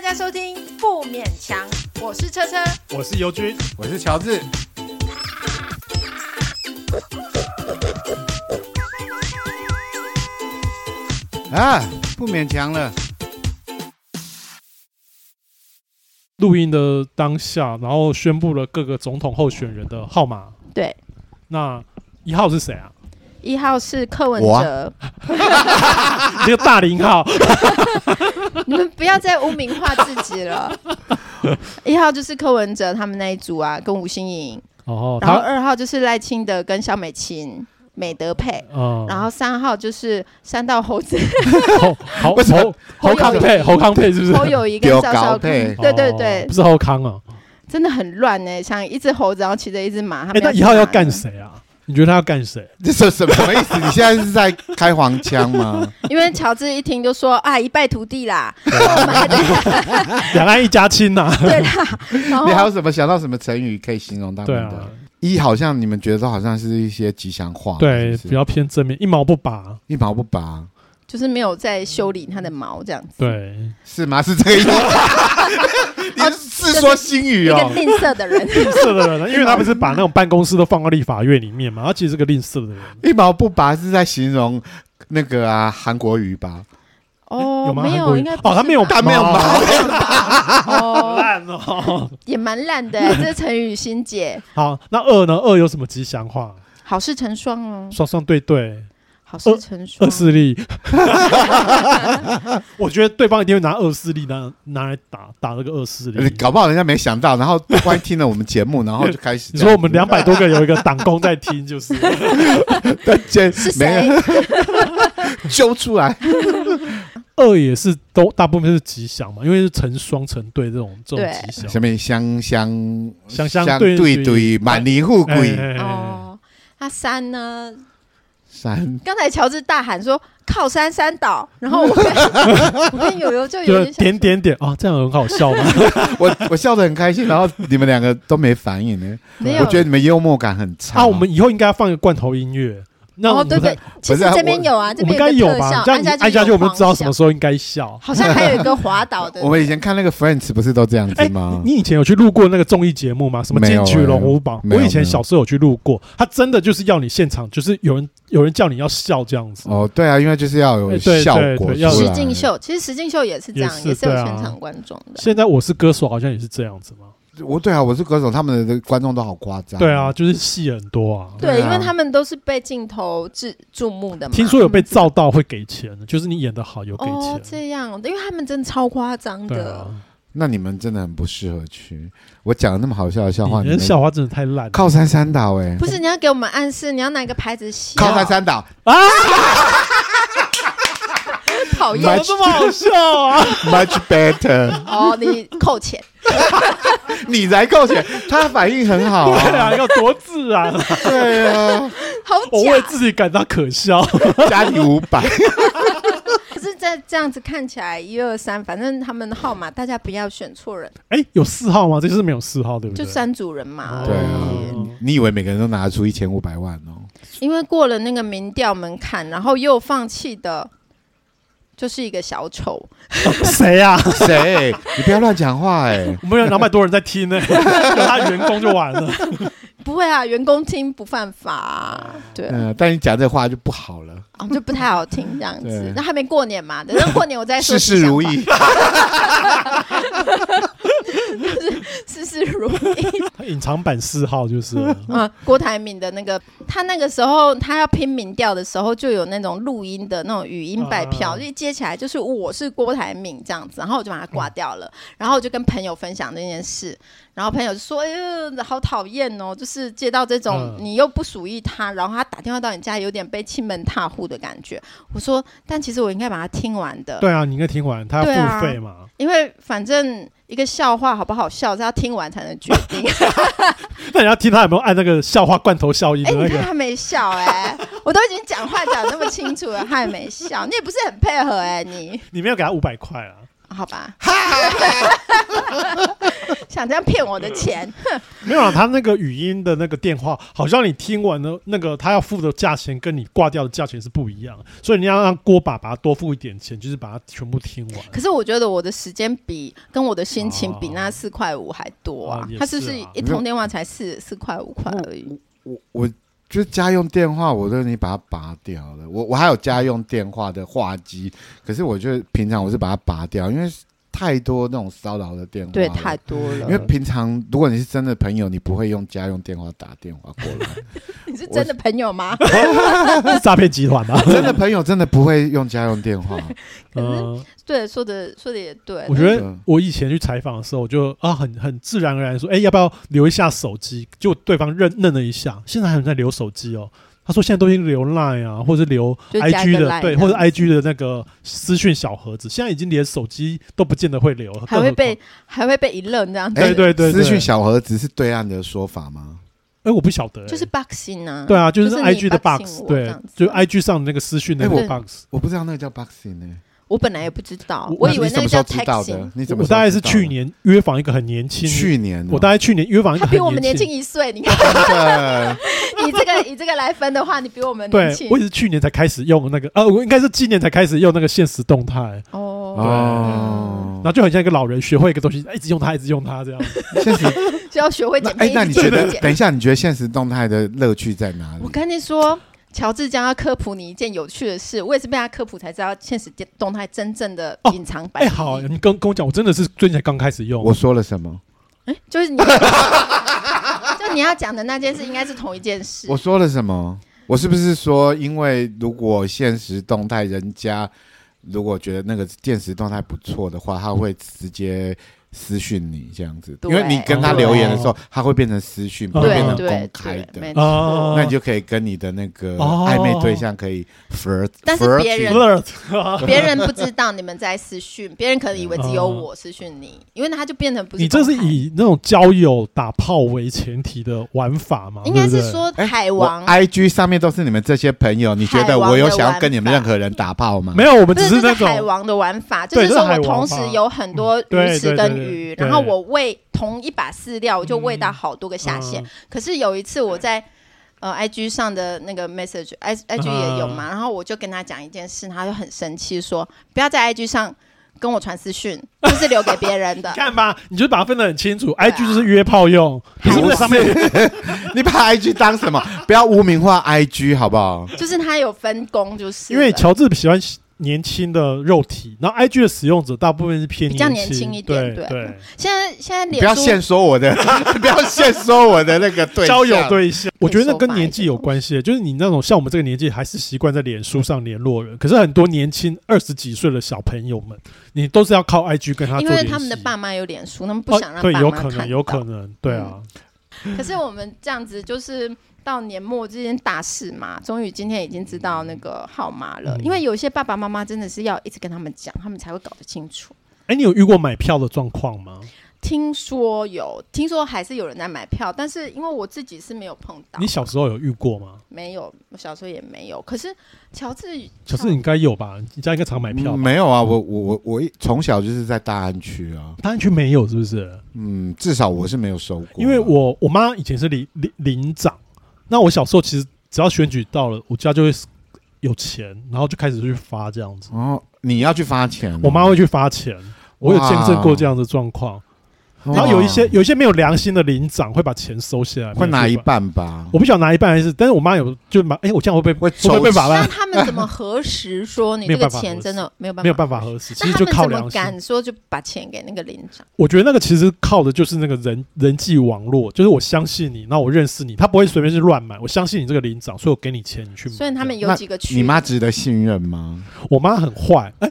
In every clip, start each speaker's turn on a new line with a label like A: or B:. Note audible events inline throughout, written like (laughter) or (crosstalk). A: 在收听《不勉强》，我是车车。
B: 我是尤军，
C: 我是乔治，啊，不勉强了，
B: 录音的当下，然后宣布了各个总统候选人的号码。
A: 对，
B: 那一号是谁 (laughs) 啊？
A: 一号是柯文
C: 我啊
A: 哲，
B: 这个大零号。
A: 你们不要再污名化自己了。一号就是柯文哲他们那一组啊，跟吴欣颖，
B: 哦，
A: 然后
B: 他
A: 二号就是赖清德跟肖美琴、美德配。
B: 嗯，
A: 然后三号就是山道猴子
B: 侯侯
C: 为什么
B: 侯侯康
A: 侯友
B: 配，
A: 宜
B: 侯康配是不是？
A: 侯友谊跟
C: 丢
A: 赵
C: 高
A: 少康，
C: 配
A: 对对
B: 哦
A: 对
B: 不，是侯康啊。
A: 真的很乱呢，像一只猴子，然后骑着一只马。他
B: 哎
A: 们，
B: 那一号
A: 去哪
B: 要
A: 呢
B: 干谁啊？你觉得他要干谁？
C: 这是什什么意思？你现在是在开黄腔吗？
A: 因为乔治一听就说啊，一败涂地啦，那我们还得
B: 两岸一家亲啊呐。
A: 对啦，然
C: (laughs) 你还有
A: 后
C: 什么想到什么成语可以形容他
B: (laughs) 对
C: 们
B: 啊
C: 的？，一好像你们觉得都好像是一些吉祥话，
B: 对，比
C: 是不是
B: 较偏正面，一毛不拔。
C: 一毛不拔，
A: 就是没有在修理他的毛这样子，
B: 对，
C: 是吗？是这个意思？ (laughs) 你是说新
A: 一
C: 语
A: 个
C: 哦？
A: 吝啬的人，
B: 吝啬的人，因 (laughs) 为他不是把那种办公室都放到立法院里面嘛，他其实是个吝啬的人。
C: 一毛不拔是在形容那个啊韩国语吧？
A: (laughs) 哦，
B: 有吗
A: 没
B: 韩国
A: 有，
B: 瑜
A: 应该不
B: 哦，他
A: 是
B: 没有
A: 吧
B: 拔，
C: 他没有拔
A: 哦，
B: 烂哦。
A: 也蛮烂
B: (laughs)
A: 的，这是陈雨欣姐，
B: 好，那二呢？二有什么吉祥话？
A: 好事成双哦，
B: 双双对对，
A: 好事成双
B: 呃二，四力。嗯 (laughs) 我觉得对方一定会拿二四力拿拿来打打这个二四力。
C: 呃搞不好人家没想到，然后突然听了我们节目，然后就开始
B: (laughs) 你
C: 这
B: 说
C: 样子。
B: 我们两百多个有一个党工在听，就是
C: 这
A: 是
C: 没
A: 谁
B: (laughs)
C: 有？揪出来，
B: 二也是都大部分是吉祥嘛，因为是成双成对这种这种吉祥。
C: (laughs) 什么香香
B: 相相
C: 相
B: 对
C: 对
B: 对
C: 对，满泥富贵
B: 哎哎哎
A: 哦。那三呢？
C: 山。
A: 刚才乔治大喊说靠山山倒，然后
B: (laughs)
A: 我跟我跟友友就有
B: 就
A: 点想
B: 点点点啊，这样很好笑
C: (laughs)
B: 吗？
C: 我我笑得很开心，然后你们两个都没反应呢。
A: 没有
C: 我觉得你们幽默感很差。
B: 啊，我们以后应该放一个罐头音乐。那
A: 哦，
B: 我们
A: 对对
B: 再，
A: 其实
C: 不是啊
A: 这边有啊，这
B: 我们
A: 边
B: 应该
A: 有
B: 有
A: 个特效
B: 吧？，这样你按下去，
A: 就
B: 我们知道
A: 有
B: 什么时候应该笑。
A: 好像还有一个滑倒的
B: (laughs)
C: 我，们以前看那个 Friends 不是都这样子吗？
B: 哎你以前有去录过那个综艺节目吗？什么
C: 没有
B: 金曲
C: 欸
B: 龙虎榜？
C: 没有
B: 我以前
C: 没有
B: 小时候有去录过，他真的就是要你现场，就是有人有人叫你要笑这样子。
C: 哦，对啊，因为就是要有
B: 哎对
C: 效
B: 对
C: 果
B: 对
C: 出
B: 要有
A: 实
C: 来。
A: 境秀，其实实境秀也是这
B: 也
A: 样，
B: 是
A: 也是有
B: 对啊
A: 全场观众的。
B: 现在我是歌手好像也是这样子嘛。
C: 我对啊，我是歌手，他们的观众都好夸张。
B: 对啊，，就是戏很多啊。
A: 对，
C: 对啊
A: 因为他们都是被镜头注注目的嘛。
B: 听说有被照到会给钱的，就是你演的好有给
A: 哦，
B: 钱。
A: 这样，因为他们真的超夸张
B: 对
A: 的。
B: 啊，
C: 那你们真的很不适合去。我讲的那么好笑的笑
B: 啊
C: 话，
B: 你
C: 你
B: 的
C: 们
B: 笑话真的太烂了。
C: 靠山山岛哎，
A: 不是你要给我们暗示，你要拿一个牌子
B: (laughs)
A: 写，
C: 靠山山岛
A: 讨
B: 怎么
A: 厌
B: 这么好笑啊？
C: much better， (laughs)
A: 哦，你扣钱。
C: 你才够钱，他反应很好
A: (laughs)
B: (laughs) 对
C: 啊。
B: 啊，要多自 (laughs) 然啊！
C: 对啊，
A: 好
B: 我为
A: 假，
B: 自己感到可笑。 (laughs)
C: 加你五百。
A: 可是，在这样子看起来，一二三，反正他们的号码，大家不要选错人，
B: 哎，有四号吗？这就是没有四号，对不
A: 就
B: 对？
A: 三组人嘛。
C: 对啊
A: 而已
C: 你以为每个人都拿出一千五百万哦？
A: 因为过了那个民调门槛，然后又放弃的，就是一个小丑。
B: (laughs) 谁啊？
C: 谁？你不要乱讲话哎、
B: 我们有两百多人在
A: (laughs)
B: 听呢，有他员工就完了。
A: 不会啊，员工听不犯法、啊，对啊，
C: 嗯、但你讲这话就不好了。
A: 哦就不太好听这样子
C: 对。
A: 那还没过年嘛，等到过年我再哎说
C: 事事如
A: 吉
C: 意，
A: 祥话，事事如意。
B: 他隐藏版四号就是
A: (laughs)
B: 了，
A: 嗯，郭台铭的那个，他那个时候他要拼民调的时候，就有那种录音的那种语音拜票，
B: 啊
A: 就一接起来就是我是郭台铭这样子，然后我就把它挂掉了，然后我就跟朋友分享这件事，然后朋友就说：“哎呦，好讨厌哦，就是接到这种
B: 嗯
A: 你又不属于他，然后他打电话到你家，有点被欺门踏户的感觉。”我说：“但其实我应该把它听完的，
B: 对啊，你应该听完，他要
A: 对啊
B: 付费嘛。
A: 因为反正一个笑话好不好笑是要听完才能决定。
B: 那你要听他有没有按那个笑话罐头效应
A: 哎、
B: 的那
A: 你看
B: 个？
A: 他没笑
B: (laughs)
A: 哎、我都已经讲话讲那么清楚了，他也没笑，你也不是很配合哎、你
B: 你没有给他五百块啊？
A: 好吧？下想这样骗我的钱？
B: (laughs) 没有啊，他那个语音的那个电话，好像你听完的那个他要付的价钱跟你挂掉的价钱是不一样的，所以你要让郭爸爸多付一点钱，就是把它全部听完。
A: 可是我觉得我的时间比跟我的心情比那四块五还多啊
B: 哦！也
A: 他是不
B: 是
A: 是
B: 啊哦
A: 一通电话才四四块五块而已？
C: (laughs) 我我就家用电话，我都已经把它拔掉了。我我还有家用电话的话机，可是我就平常我是把它拔掉，因为太多那种骚扰的电话了。
A: 对，太多
C: 因为
A: 了。
C: 平常如果你是真的朋友，你不会用家用电话打电话过来。
A: 你是真的朋友吗？
B: 是诈骗集团吧？
C: (laughs) 真的朋友真的不会用家用电话。
A: (laughs) 可是
B: 嗯，
A: 对，说的说的也对。
B: 我觉得
C: 嗯
B: 我以前去采访的时候，我就啊很很自然而然说，哎、要不要留一下手机？就对方认愣了一下，现在还有人在留手机哦。他说现在都已经留 Line 啊，或者是留
A: 就加
B: IG
A: 一个
B: 的，
A: Line
B: 对，
A: 这样
B: 或者
A: 子
B: IG 的那个私讯小盒子，现在已经连手机都不见得会留，
A: 还
B: 更
A: 会
B: 何
A: 被
B: 况。
A: 还会被一愣这样子，
B: 对 (laughs) 对对对
C: 哎私讯小盒子是对岸的说法吗？
B: 哎、我不晓得、哎
A: 就是 boxing 啊。
B: 对啊，就是
A: 就是
B: I G
A: 你
B: 的
A: boxing
B: box，
A: 我这
B: 对
A: 样子，
B: 就 I G 上的那个私讯的那个
A: 对
B: box。
C: 哎我不知道那个叫 boxing 呢、
A: 我本来也不知道我
B: 我，
A: 以为
C: 你
A: 那
C: 什
A: 个
C: 么时
A: 叫
C: 候知道
A: texting
C: 的。？你怎么
B: 我
C: 时候
B: 大概是
C: 知道
B: 去年约访一个很年轻，
C: 去年哦、
B: 我大概去年约访一个
A: 他
B: 很
A: 比我们年轻一岁，你看 (laughs)
C: 对
A: 以这个以这个来分的话，你比我们年
B: 对
A: 轻
B: 我也是去年才开始用那个，呃，我应该是今年才开始用那个现实动态，
A: 哦，
C: (laughs) 哦
B: 然，后就很像一个老人学会一个东西，一直用它，一直用
A: (laughs)
B: 它这样。
C: 现实
A: 就要学会
C: 那
A: 剪
C: 哎、
A: 片。
C: 那
A: 一
C: 你
A: 直
C: 觉
A: 剪
C: 得
A: 一直？剪
C: 等一下，你觉得现实动态的乐趣在哪里
A: 我？跟你说，乔治将要科普你一件有趣的事，我也是被他科普才知道现实动态真正的
B: 哦
A: 隐藏版。
B: 哎，好，你跟跟我讲，我真的是最近才刚开始用。
C: 我说了什么？
A: 哎，就是你， (laughs) 就你要讲的那件事，应该是同一件事
C: 我。说了什么？我是不是说，因为如果现实动态人家如果觉得那个现实动态不错的话，他会直接私讯你这样子，因
A: 对
C: 为你跟他留言的时候，他会变成私讯，不会变
A: 对
C: 成
A: 对
C: 公开
A: 对，
C: 的。
A: 没
B: 啊
A: 错。
C: 那你就可以跟你的那个
B: 哦
C: 暧昧对象可以 flirt，
A: 但是
C: flirting
A: 别人
B: Flirt
A: 别人不知道你们在私讯，别人可能以为只有我私讯你，因为他就变成不是
B: 哦你这是
A: 公开
B: 以那种交友打炮为前提的玩法吗？
A: 应该
B: 哦对
A: 是
B: 不对
A: 说
C: 哎
A: 海
C: 我
A: 王
C: IG 上面都是你们这些朋友，你觉
A: 海
C: 得
A: 王的
C: 我有想要跟你们
A: 玩法
C: 任何人打炮吗？ (laughs)
B: 没有，我们
A: 不
B: 只
A: 是，这
B: 那
A: 是
B: 种
A: 海王的玩法，就
B: 对
A: 是
B: 这
A: 说
B: 是海
A: 我
B: 王
A: 同
B: 法嗯
A: 时有很多
B: 对
A: 鱼
B: 对
A: 池跟
B: 对
A: 鱼，
B: 对
A: 然后我喂同一把饲料，我就喂到好多个下线
B: 嗯。。
A: 可是有一次我在。呃，IG 上的那个 message，I IG 也有嘛，然后我就跟他讲一件事，他就很生气说，不要在 IG 上跟我传私讯，这是留给别人的
B: (laughs) 看吧，你就把它分得很清楚。
A: 啊
B: IG 就是约炮用，你是不是在上面？
C: 你把 IG 当什么？不要污名化 IG 好不好？
A: 就是他有分工，就是
B: 因
A: 了
B: 为乔治喜欢年轻的肉体，然后 IG 的使用者大部分是偏
A: 比较
B: 年
A: 年轻一
B: 对
A: 点
B: 对
A: 对现在现在
C: 你不要
A: 脸书
C: 现说我的，你不要现说我的那个对象
B: 交友对象，我觉得那
A: 可以说
B: 跟
A: 吧
B: 年纪有关系，就是你那种像我们这个年纪，还是习惯在脸书上联络人，可是很多年轻二十几岁的小朋友们，你都是要靠 IG 跟他做
A: 因
B: 联
A: 为
B: 系。
A: 他们的爸妈有脸书，他们不
B: 哦
A: 想让
B: 对，
A: 爸
B: 有
A: 妈
B: 可
A: 看到。嗯
B: 能，有可能，对啊，
A: 可是我们这样子就是到年末这件大事嘛，终于今天已经知道那个号码了。
B: 嗯
A: 因为有些爸爸妈妈真的是要一直跟他们讲，他们才会搞得清楚。
B: 哎，你有遇过买票的状况吗？
A: 哦听说有，听说还是有人在买票，但是因为我自己是没有碰到
B: 你，小时候有遇过吗？
A: 没有，我小时候也没有。可是乔治，
B: 小时候你应该有吧？你家应该常买票
C: 嗯
B: 吧，
C: 没有啊，我我我我一从小就是在大安区啊，
B: 当然去没有，是不
A: 啊
B: 是？
C: 嗯，至少我是没有收过，
B: 因为我我妈以前是领领领长，那我小时候其实只要选举到了，我家就会有钱，然后就开始去发这样子。
C: 哦，你要去发钱哦，
B: 我妈会去发钱，我有见证过这样的状况。
C: 哦哇，
B: 然后有一些有一些没有良心的领长会把钱收起来，
C: 会拿
B: 没有去
C: 一
B: 发。
C: 半吧，
B: 我不想拿一半还是，但是我妈有就买，哎、我这样会被会
C: 会
B: 不会
C: 抽
B: 被把
A: 那
B: 办？
A: 他们怎么核实说你这
B: 没有
A: 个
B: 办法
A: 钱
B: 核实
A: 真的没有办法？
B: 没有办法。核实，其
A: 那
B: 实
A: 他
B: 就
A: 们
B: 靠
A: 怎么
B: 良心。嗯
A: 敢说就把钱给那个领长？
B: 我觉得那个其实靠的就是那个人人际网络，就是我相信你，那我认识你，他不会随便去乱买，我相信你这个领长，所以我给你钱，你去买。
A: 虽然他们有
C: 那
A: 几个区，
C: 你妈值得信任吗？
B: 我妈很
C: (laughs)
B: 坏， (laughs) 哎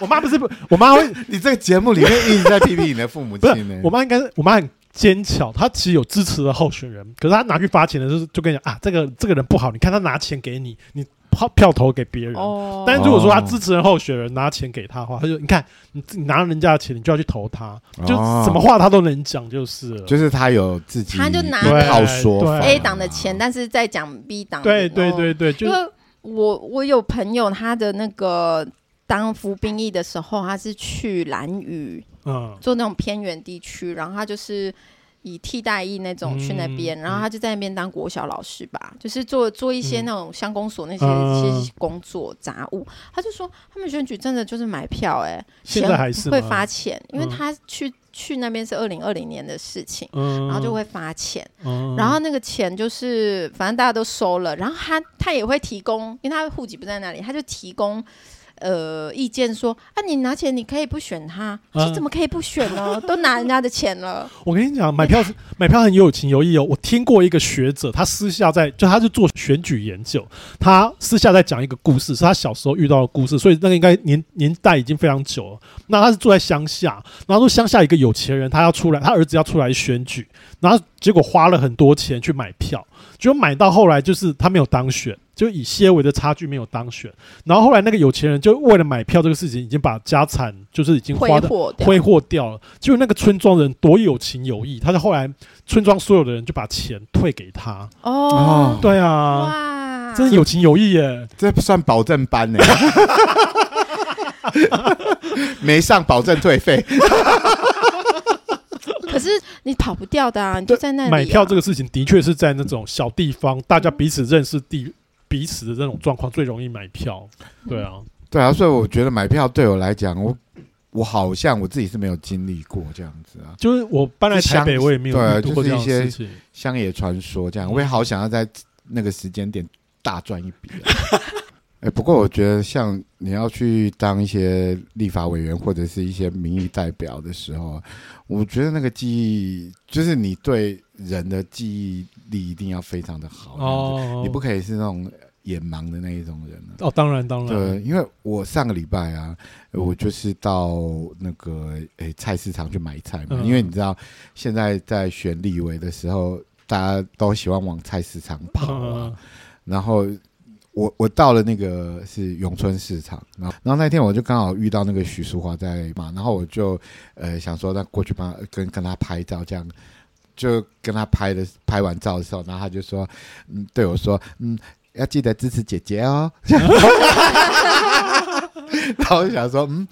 B: 我妈不是不，我妈会，
C: 你这个节目里面一直在批评你的父母
B: 不
C: 亲
B: 是
C: 呢，
B: 我妈应该是，我妈很坚强，她其实有支持的候选人，可是她拿去发钱的时候，就跟你讲啊，这个这个人不好，你看他拿钱给你，你票票投给别人。
A: 哦，
B: 但是如果说她支持的候选人拿钱给他的话，他就你看你自己拿了人家的钱，你就要去投他，就
C: 哦
B: 什么话他都能讲，就是了
C: 就是他有自己
A: 她就拿
C: 一套说法
B: 对
A: A 档的钱，但是在讲 B 档的
B: 哎对对
A: 哦
B: 对对，就
A: 因为我我有朋友，他的那个当服兵役的时候，他是去蓝屿
B: 嗯，
A: 做那种偏远地区，然后他就是以替代役那种去那边，
B: 嗯
A: 然后他就在那边当国小老师吧，就是做做一些
B: 嗯
A: 那种乡公所那些、
B: 啊
A: 一些工作杂务。他就说他们选举真的就是买票、哎，
B: 现在
A: 钱
B: 还是
A: 会
B: 吗
A: 发钱，因为
B: 嗯
A: 他去、去那边是二零二零年的事情，
B: 嗯，
A: 然后就会发钱。
B: 嗯，
A: 然后那个钱就是反正大家都收了，然后他他也会提供，因为他户籍不在那里，他就提供。呃，意见说啊，你拿钱你可以不选他，
B: 啊
A: 这怎么可以不选呢？都拿人家的钱了，
B: 我跟你讲，买票是买票很有情有义哦。我听过一个学者，他私下在就他是做选举研究，他私下在讲一个故事，是他小时候遇到的故事，所以那个应该年年代已经非常久了。那他是住在乡下，然后说乡下一个有钱人，他要出来，他儿子要出来选举，然后结果花了很多钱去买票，结果买到后来就是他没有当选。就以些微的差距没有当选，然后后来那个有钱人就为了买票这个事情，已经把家产就是已经
A: 挥
B: 花的
A: 霍掉。
B: 挥霍掉了。结果那个村庄人多有情有义，他在后来村庄所有的人就把钱退给他。
A: 哦，
B: 对啊，
A: 哇，
B: 真的有情有义耶。
C: 这算保证班呢、没上保证退费，
A: 可是你跑不掉的啊，你就在那里、啊、
B: 买票这个事情的确是在那种小地方，大家彼此认识地彼此的那种状况最容易买票。对啊，
C: 对啊，所以我觉得买票对我来讲，我我好像我自己是没有经历过这样子啊，
B: 就是我搬来台北，我也没有
C: 对啊
B: 遇过这样的
C: 就是一
B: 事
C: 些
B: 情。
C: 乡野传说这样，我也好想要在那个时间点大赚一笔、啊。 (laughs) 哎、不过我觉得像你要去当一些立法委员或者是一些民意代表的时候，啊我觉得那个记忆就是你对人的记忆力一定要非常的好，
B: 哦，
C: 你不可以是那种眼盲的那一种人、啊。
B: 哦，当然当然，
C: 对，因为我上个礼拜啊，我就是到那个诶、菜市场去买菜嘛，
B: 嗯
C: 因为你知道现在在选立委的时候，大家都喜欢往菜市场跑啊。
B: 嗯
C: 然后我我到了那个是永春市场，然后然后那天我就刚好遇到那个许淑华在嘛，然后我就呃想说那过去帮跟跟他拍照这样。就跟他拍的拍完照的时候，然后他就说，嗯，对我说，嗯，要记得支持姐姐哦。 (laughs) 然后我就想说，嗯，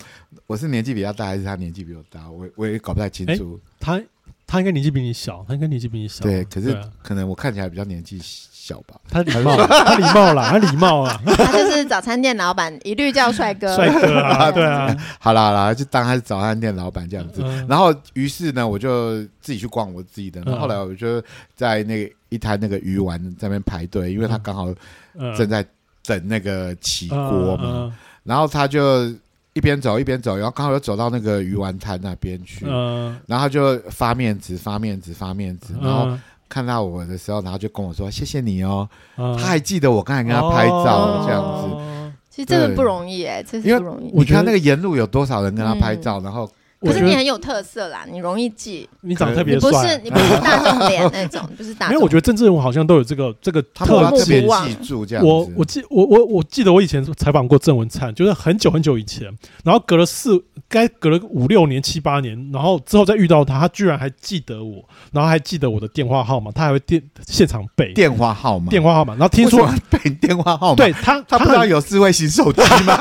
C: 我是年纪比较大，还是他年纪比我大？我我也搞不太清楚。
B: 他他应该年纪比你小，他应该年纪比你小。
C: 对，可是
B: 啊
C: 可能我看起来比较年纪小吧。
B: 他礼貌，他礼貌啦，他礼貌
C: (laughs)
B: 啦，
A: 他就是早餐店老板，一律叫帅哥。
B: 帅哥啊，对啊，
C: 好啦好啦，就当他是早餐店老板这样子。
B: 嗯
C: 然后于是呢，我就自己去逛我自己的。
B: 嗯
C: 然后后来我就在那个一摊那个鱼丸在那边排队，因为他刚好
B: 嗯
C: 正在等那个起锅嘛。
B: 嗯
C: 然后他就一边走一边走，然后刚好又走到那个鱼丸摊那边去。
B: 嗯，
C: 然后他就发面子，发面子，发面子。然后看到我的时候，然后就跟我说：“谢谢你哦。”
B: 他
C: 他还记得我刚才跟他拍照
A: 哦
C: 这样子。
B: 子。
A: 其实真的
C: 对
A: 不容易哎、真
C: 因
A: 是
C: 为
A: 不容易。
B: 我
C: 你
B: 觉得嗯
C: 看那个沿路有多少人跟他拍照，然后
B: 我
A: 可
B: 觉
A: 是你
B: 得
A: 很有特色啦，你容易记，
B: 你长得特
A: 你
B: 别
A: 不是
B: 帅，
A: 你不是大众脸那
B: (laughs)
A: 种，你不是大
B: 没
A: 众。
B: 有，我觉得政治人物好像都有这个这个
C: 他们把它
B: 特
C: 特别
B: 质
A: 目。忘
C: 记住这样子。
B: 我我记我我我记得我以前采访过郑文灿，就是很久很久以前，然后隔了四该隔了五六年七八年，然后之后再遇到他，他居然还记得我，然后还记得我的电话号码，他还会电现场背
C: 电话号码，
B: 电话号码，然后听
C: 为
B: 说
C: 什么背电话号码，
B: 对他
C: 他不知
B: 很
C: 道有智慧型手机吗？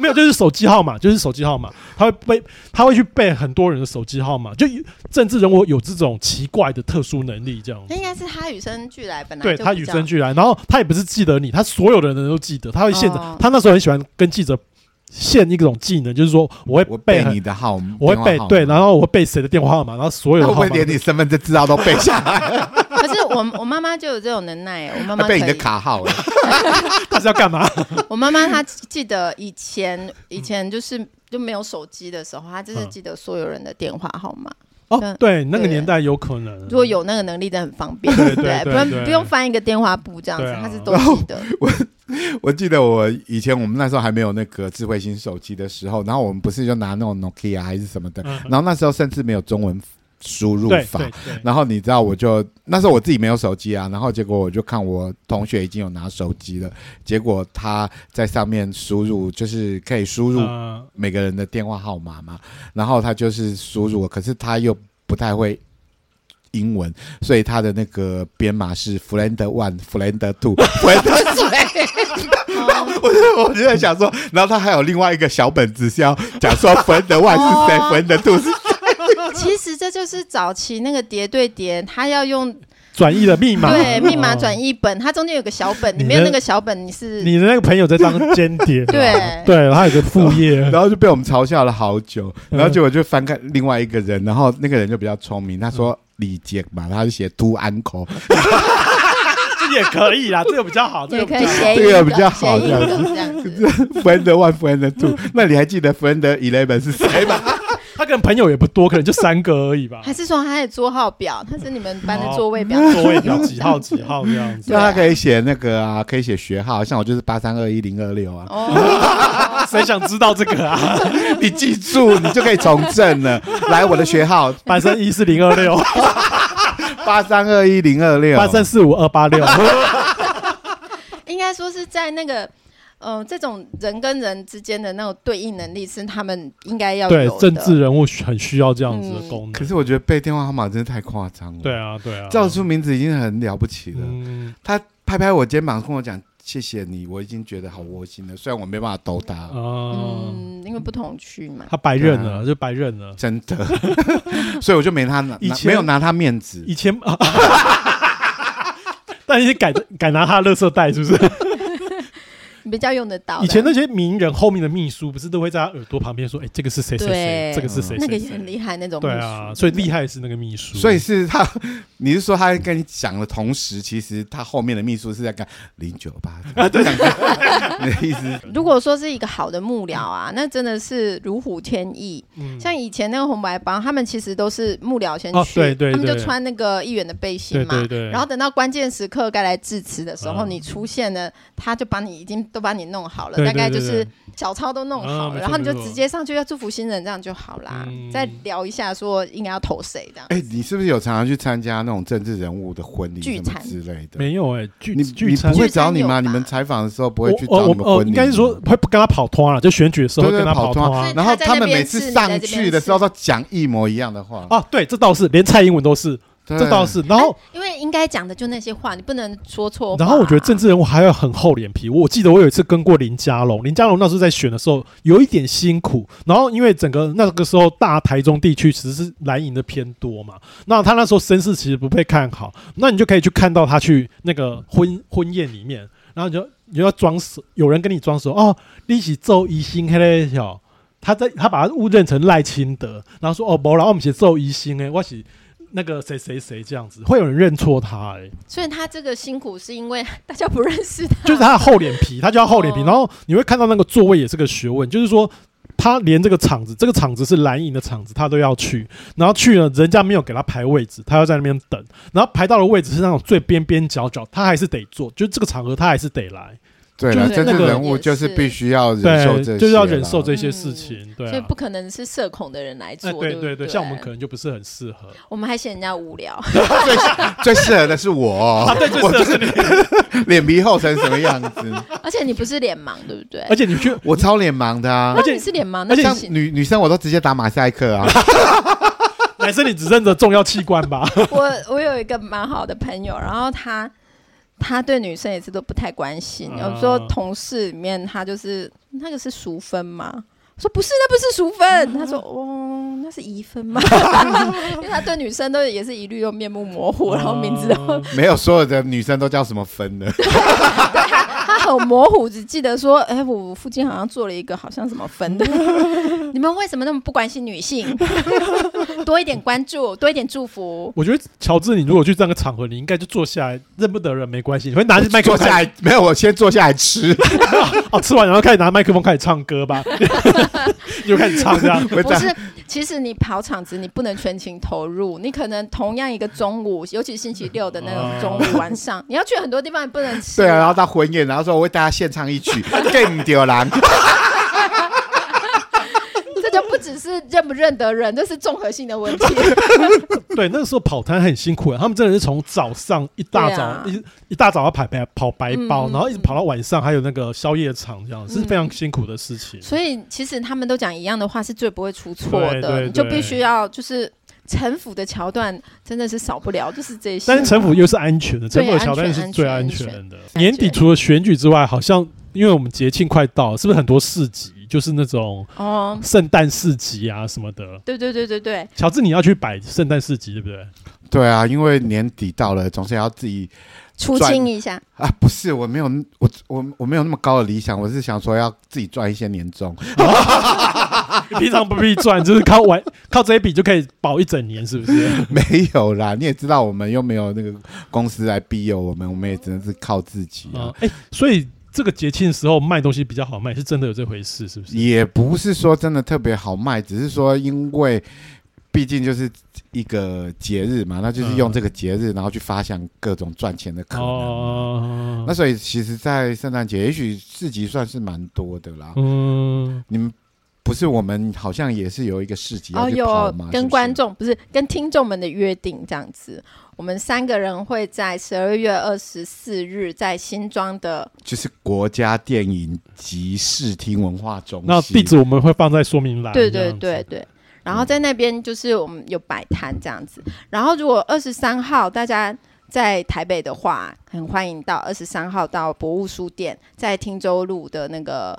B: 没有，就是手机号码，就是手机号码，他会背，他会去背很多人的手机号码，就政治人物有这种奇怪的特殊能力，这样
A: 那。应该是他与生俱来，本来
B: 对
A: 就
B: 他
A: 比
B: 与
A: 较
B: 生俱来，然后他也不是记得你，他所有的人都记得，他会现场，
A: 哦
B: 他那时候很喜欢跟记者现一种技能，就是说我会
C: 我
B: 背
C: 背
B: 很
C: 你的号码，
B: 我会背
C: 电话号码
B: 对，然后我会背谁的电话号码，然后所有
C: 他
B: 的
C: 会不
B: 号
C: 会
B: 码都，
C: 连你身份证资料都背下来，
A: (laughs) 可是我我妈妈就有这种能耐、欸，我妈妈
C: 还背你
A: 可
C: 的
A: 以
C: 卡号了？
B: 他是要干嘛？
A: (laughs) 我妈
B: (laughs)
A: 妈她记得以前
B: 嗯
A: 以前就是就没有手机的时候，她就是记得所有人的电话号码。
B: 哦
A: 对，
B: 对，那个
A: 对
B: 年代有可能，
A: 如果
C: (laughs)
A: 有那个能力，真的很方便，
B: 嗯对
A: 不
B: 对对
A: 不用
B: 对
A: 不用翻一个电话簿这样
B: 对
A: 子，
B: 啊 (laughs)
A: 她是都记得。
C: (laughs) 我记得我以前我们那时候还没有那个智慧型手机的时候，然后我们不是就拿那种 Nokia 还是什么的，
B: 嗯
C: 然后那时候甚至没有中文输入
B: 对
C: 法
B: 对，对，
C: 然后你知道，我就那时候我自己没有手机啊，然后结果我就看我同学已经有拿手机了，结果他在上面输入就是可以输入
B: 嗯
C: 每个人的电话号码嘛，然后他就是输入，可是他又不太会。一英文，所以他的那个编码是 friend one、friend two、friend (laughs) three。我 (laughs) 就我就在想说，然后他还有另外一个小本子是要讲说 friend one 是谁
A: 哦
C: ，friend two 是
A: 其实这就是早期那个叠对叠，它要用
B: 转译的密码，
A: 对密码
B: 哦
A: 转译本，它中间有个小本，
B: 你
A: 你没有
B: 的
A: 那个小本，你是
B: 你的那个朋友在当间谍，
A: (laughs) 对
B: 对，他有个副业，
C: 然后就被我们嘲笑了好久，然后结果就翻看另外一个人，然后那个人就比较聪明，他说李杰嘛，他就写 two uncle，
B: 这 (laughs) 也可以啦，这个比较好，这
A: 也
B: 个
A: 可
B: 比
A: 以
B: 较好
A: 谐
C: 这
A: 音
C: 个
A: 梗，
C: 比较好
A: 谐音
C: 这样
A: 梗这样
B: (laughs)
A: 子。
C: friend one friend two，那你还记得 friend eleven 是谁吗？
B: 他可能朋友也不多，可能就三个而已吧
A: 还，是说他的座号表，他是你们班的座位表？
B: 哦座位表 (laughs) 几号几号这样子
A: 对
C: 那
A: 啊。
C: 他可以写那个啊，可以写学号，像我就是八三二一零二六啊，
B: (laughs)
A: 哦，
B: 谁想知道这
A: (laughs)
B: 个啊？
C: 你记住，你就可以从政了。来，我的学号
B: 八三一四零二六，
C: 八三二一零二六，
B: 八三四五二八
C: (laughs)
B: 六，
A: 应该说是在那个。呃，这种人跟人之间的那种对应能力是他们应该要
B: 对
A: 有，的。
B: 政治人物很需要这样子的功
C: 啊可
B: 能。
C: 是我觉得背电话号码真的太夸张了。
B: 对，啊，对啊，
C: 叫出名字已经很了不起了。
B: 嗯，
C: 他拍拍我肩膀跟我讲：“谢谢你，我已经觉得好窝心了。”虽然我没办法兜他，
B: 啊，
A: 嗯，因为不同区嘛。
B: 他白认
C: 啊
B: 了，就白认了。
C: 真的， (laughs) 所以我就没他拿，
B: 以
C: 拿
B: 前
C: 没有拿他面子。
B: 以前， (laughs) 啊、但是改改拿他的垃圾袋是不是？
A: 比较用得到的。
B: 以前那些名人后面的秘书不是都会在他耳朵旁边说：“哎、这个是谁谁谁，
A: 对
B: 这个是谁
A: 那个
B: 谁
A: 也很
B: 谁。
A: 厉害，那”种
B: 对啊，所以厉
A: 害。
B: 害的是那个秘书。
C: 所以是他，你是说他跟你讲的同时，其实他后面的秘书是在干零九八？
B: 啊
C: 对，你的
B: (laughs)
C: 意思
A: 如果说是一个好的幕僚啊，那真的是如虎添翼。
B: 嗯
A: 像以前那个红白帮，他们其实都是幕僚先去，
B: 哦对对
A: 他们就
B: 对
A: 穿那个议员的背心
B: 对
A: 嘛。
B: 对对，
A: 然后等到关键时刻该来致辞的时候，
B: 嗯
A: 你出现了，他就把你已经都把你弄好了，
B: 对
A: 大
B: 对
A: 概就
B: 对对
A: 是小抄都弄
B: 啊
A: 好
B: 没
A: 了，然
B: 错
A: 后你就
B: 没错
A: 直接上去要祝福新人，这样就好啦。
B: 嗯
A: 再聊一下说应该要投谁这样。
C: 哎、你是不是有常常去参加那种政治人物的婚礼
A: 聚
C: 什么
A: 餐
C: 之类的？
B: 没有哎、聚
C: 你
B: 聚
C: 你
B: 餐
C: 不会找你
A: 聚餐有吧
C: 吗？你们采访的时候不会去
B: 我
C: 找
B: 我
C: 你们
B: 哦，
C: 婚礼
B: 应
C: 吗？
B: 该是说会不跟他跑通了，就选举的时候
C: 对
B: 会跟
C: 对
B: 他
C: 跑
B: 通啊
A: 所以
C: 然后
A: 他在
C: 他们
A: 那边
C: 每次
A: 吃你在
C: 上
A: 这边
C: 去的时候都讲一模一样的话。
B: 啊，对，这倒是，连蔡英文都是，
C: 对
B: 啊
C: 啊
B: 这倒是。然后
A: 因为应该讲的就那些话，你不能说错话。
B: 然后我觉得政治人物还要很厚脸皮。我记得我有一次跟过林佳龙，林佳龙那时候在选的时候有一点辛苦。然后因为整个那个时候大台中地区其实是蓝营的偏多嘛，那他那时候身世其实不被看好。那你就可以去看到他去那个婚婚宴里面，然后你就你就要装死，有人跟你装死哦，你是周一星黑嘞小。他在他把他误认成赖清德，然后说哦，不啦，我们是周一星哎，我是那个谁谁谁这样子，会有人认错他哎、
A: 所以他这个辛苦是因为大家不认识他，
B: (laughs) 就是他的厚脸皮，他就要厚脸皮。
A: 哦
B: 然后你会看到那个座位也是个学问，就是说他连这个场子，这个场子是蓝营的场子，他都要去。然后去了，人家没有给他排位置，他要在那边等。然后排到的位置是那种最边边角角，他还是得坐，就这个场合他还是得来，
C: 对
B: 就
C: 了，
B: 是
C: 政
B: 那
C: 治
B: 个
C: 人物就是
A: 也是
C: 必须要忍受
B: 对
C: 这，些，嗯
B: 就是要忍受。这些事情，对、啊。
A: 所以不可能是社恐的人来做。
B: 哎，对
A: 不
B: 对对，
A: 对，啊
B: 像我们可能就不是很适合。
A: 我们还嫌人家无
B: (laughs)
A: 聊。
C: 最适合的是我，
B: 啊
C: 我就是脸皮厚成什么样子，
A: 而且你不是脸盲，对不对？
B: 而且你去， (laughs)
C: 我超脸盲的啊
A: 那。
B: 且
A: 你是脸盲，
B: 而
A: 那不
B: 且
C: 像
A: 行。
C: 女女生我都直接打马赛克啊，
B: 男生你只认得重要器官吧？ (laughs)
A: (laughs) 我我有一个蛮好的朋友，然后他他对女生也是都不太关心。
B: 啊
A: 有时候同事里面，他就是那个是淑芬吗？我说不是，那不是淑芬。他说哦，那是怡芬吗？ (laughs) 因为他对女生都也是一律都面目模糊，然后名字都
B: 啊
C: 没有所有的女生都叫什么分的，
A: 他很模糊，只记得说，哎、我附近好像做了一个好像什么坟的。你们为什么那么不关心女性？ (laughs) 多一点关注，多一点祝福。
B: 我觉得乔治，你如果去这样的场合，你应该就坐下来，认不得人没关系，你会拿起麦克
C: 坐
B: 风
C: 下来没有，我先坐下来吃，
B: 哦，吃完然后开始拿麦克风开始唱
A: (laughs)
B: 歌吧，你就开始唱这样。
C: (laughs)
A: 不
C: 我在
A: 是，其实你跑场子，你不能全情投入，你可能同样一个中午， (laughs) 尤其星期六的那种中午晚上， (laughs) 你要去很多地方，你不能吃。
C: 对啊，然后到婚宴，然后说我为大家献唱一曲，game 丢狼，
A: (laughs) 这就不只是认不认得人，这是综合性的问题。 (laughs)
B: 对，那个时候跑摊很辛苦，他们真的是从早上一大早、
A: 对啊
B: 一一大早要跑白跑白包，
A: 嗯嗯
B: 然后一直跑到晚上，还有那个宵夜场，这样是
A: 嗯啊
B: 非常辛苦的事情。
A: 所以其实他们都讲一样的话，是最不会出错
B: 对对
A: 的。你就
B: 对
A: 必须要就是城府的桥段真的是少不了，就是这些。
B: 但是城府又是安全的，
A: 对
B: 城府的桥段
A: 安全
B: 是最安
A: 安
B: 全
A: 全
B: 的。
A: 全
B: 年底除了选举之外，好像因为我们节庆快到了，是不是很多市集，就是那种
A: 哦，
B: 圣诞市集啊什么的？
A: 对对对对对，
B: 乔治，你要去摆圣诞市集，对不对？
C: 对啊，因为年底到了，总是要自己
A: 出
C: 转
A: 清一下，
C: 啊，不是我没有我我我没有那么高的理想，我是想说要自己赚一些年终。 (laughs)
B: (laughs) 平常不必赚，就是靠玩 (laughs) 靠这一笔就可以保一整年，是不是？
C: (laughs) 没有啦，你也知道我们又没有那个公司来逼有我们，我们也只能是靠自己啊。
B: 啊，哎、所以这个节庆的时候卖东西比较好卖，是真的有这回事，是不是？
C: 也不是说真的特别好卖，只是说因为毕竟就是一个节日嘛，那就是用这个节日，然后去发想各种赚钱的可能。
B: 哦，
C: 那所以其实，在圣诞节，也许市集算是蛮多的啦。
B: 嗯，
C: 你们不是我们好像也是有一个市集要
A: 哦，
C: 去
A: 有
C: 跑嘛？是不
A: 跟
C: 是
A: 观众不是跟听众们的约定这样子，我们三个人会在十二月二十四日在新庄的
C: 就是国家电影及视听文化中心。
B: 那地址我们会放在说明栏。
A: 对
B: 这
A: 对
B: 样子
A: 对，对。然后在那边就是我们有摆摊这样
C: 嗯
A: 子。然后如果二十三号大家在台北的话，很欢迎到二十三号到博物书店，在汀州路的那个，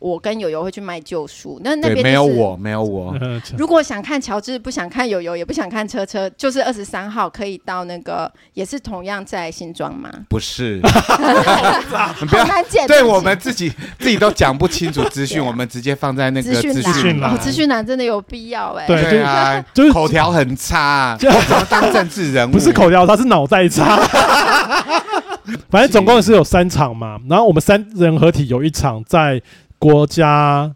A: 我跟友友会去卖旧书。那那边、就是、
C: 对，没有。我，没
B: (laughs)
C: 有我。
B: 呃，
A: 如果想看乔治，不想看友友，也不想看车车，就是二十三号可以到那个，也是同样在新庄嘛，(laughs)
C: 不是，你啊
A: 好
C: 不要
A: 难解。
C: 对
A: 不起
C: 我们自己自己都讲不清楚资
A: (laughs) 对
C: 讯，
A: 啊
C: 我们直接放在那个
A: 资讯
B: 资
A: 栏，
B: 讯栏
A: 哦，资讯栏真的有必要哎、
B: 对
C: 对啊，
B: 就是
C: 口条很差，
B: (laughs) 就
C: 我怎么当政治人物？
B: 不是口条，他是脑袋
C: (laughs)
B: 差。反正总共是有三场嘛，然后我们三人合体有一场在国家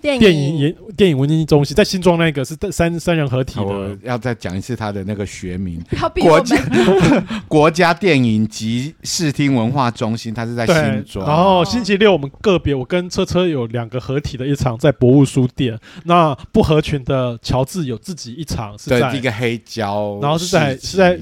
A: 电
B: 电影研电影文艺中心，在新庄那个是三三人合体
C: 好。我
B: 的，
C: 要再讲一次他的那个学名，
A: 不要逼我
C: 国
A: 们
C: 家国家电影及视听文化中心，它是在
B: 对
C: 新。庄。
B: 然后星期六我们个别，我跟车车有两个合体的一场在博物书店，那不合群的乔治有自己一场是
C: 对
B: 在
C: 一个黑胶市集，
B: 然后是在是在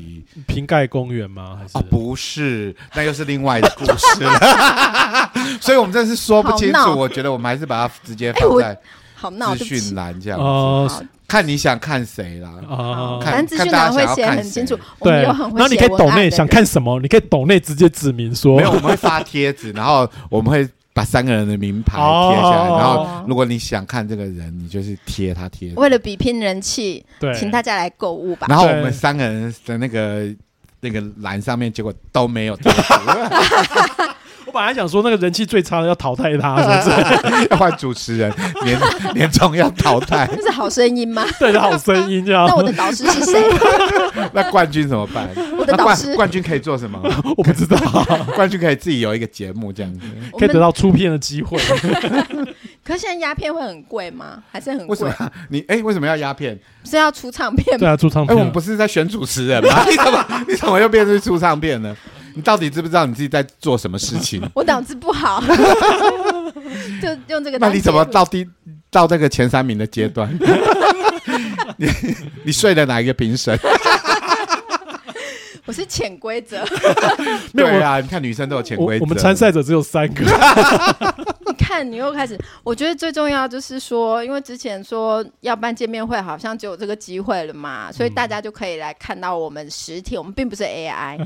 B: 瓶盖公园吗？还是
C: 哦，不是，那又是另外的故事了。 (laughs) 所以我们真的是说不清
A: 好
C: 楚，
A: 闹
C: 我觉得我们还是把它直接
A: 哎
C: 放
A: 我
C: 在
A: 好闹，对
C: 资
A: 不
C: 讯
A: 起。
C: 栏这样子，
B: 哦
A: 好
C: 看你想看谁啦。
B: 哦
A: 好，
C: 看
A: 反正资
C: 看
A: 讯
C: 大
A: 栏
C: 家
A: 会
C: 想要
A: 写
C: 看
A: 很清
C: 谁
A: 楚，我们
B: 对
A: 有很会
B: 然后你
A: 写
B: 可以
A: 文
B: 抖
A: 案的
B: 内想
A: 人
B: 看什么，你可以抖内直接指明说
C: 没有，我们会发贴纸，然后我们会把三个人的名牌贴下来，
B: 哦
C: 然后如果你想看这个人，你就是贴他贴纸。
A: 为了比拼人气，
B: 对，
A: 请大家来购物吧。
C: 然后我
B: 对
C: 们三个人的那个那个栏上面，结果都没有贴纸，
B: 我本来想说那个人气最差的要淘
A: (laughs)
B: 汰他，是不是？
C: 要换主持人，年年终要淘汰，
A: 这是好声音
B: (laughs)
A: 吗？
B: 对着好声音这样
A: 那，我的导师是谁？
C: 那冠军怎么办？
A: 我的
C: 那
A: 导
C: 冠
A: 师，
C: 冠军可以做什么？ (laughs)
B: 我不知道，
C: 冠军可以自己有一个节目这样子，
A: (laughs) 我
B: (laughs) 可以得
A: 们
B: 到出片的
A: (laughs)
B: 机会。
A: 可是现在鸦片会很贵吗？还是很
C: 为什
A: 贵
C: 么？你哎、为什么要鸦片？
A: 是要出唱片
B: 对
A: 吗？
B: 啊，驻唱
C: 哎、
B: 片。
C: 我们不是在选主持人吗？你 (laughs) 怎么你怎么又变成出唱片呢？你到底知不知道你自己在做什么事情？
A: 我脑子不
C: (laughs)
A: 好，就用这个。
C: 那你怎么？到第到那个前三名的阶段？ (laughs) 你你睡了哪一个评审？
A: 我是潜规则，
B: 没有
C: 对啊，你看女生都有潜
B: 我
C: 规则。
B: 我们参赛者只有三
A: (laughs)
B: 个，
A: 你看你又开始。我觉得最重要就是说，因为之前说要办见面会，好像只有这个机会了嘛，
C: 嗯
A: 所以大家就可以来看到我们实体，我们并不是
C: (laughs)
A: AI。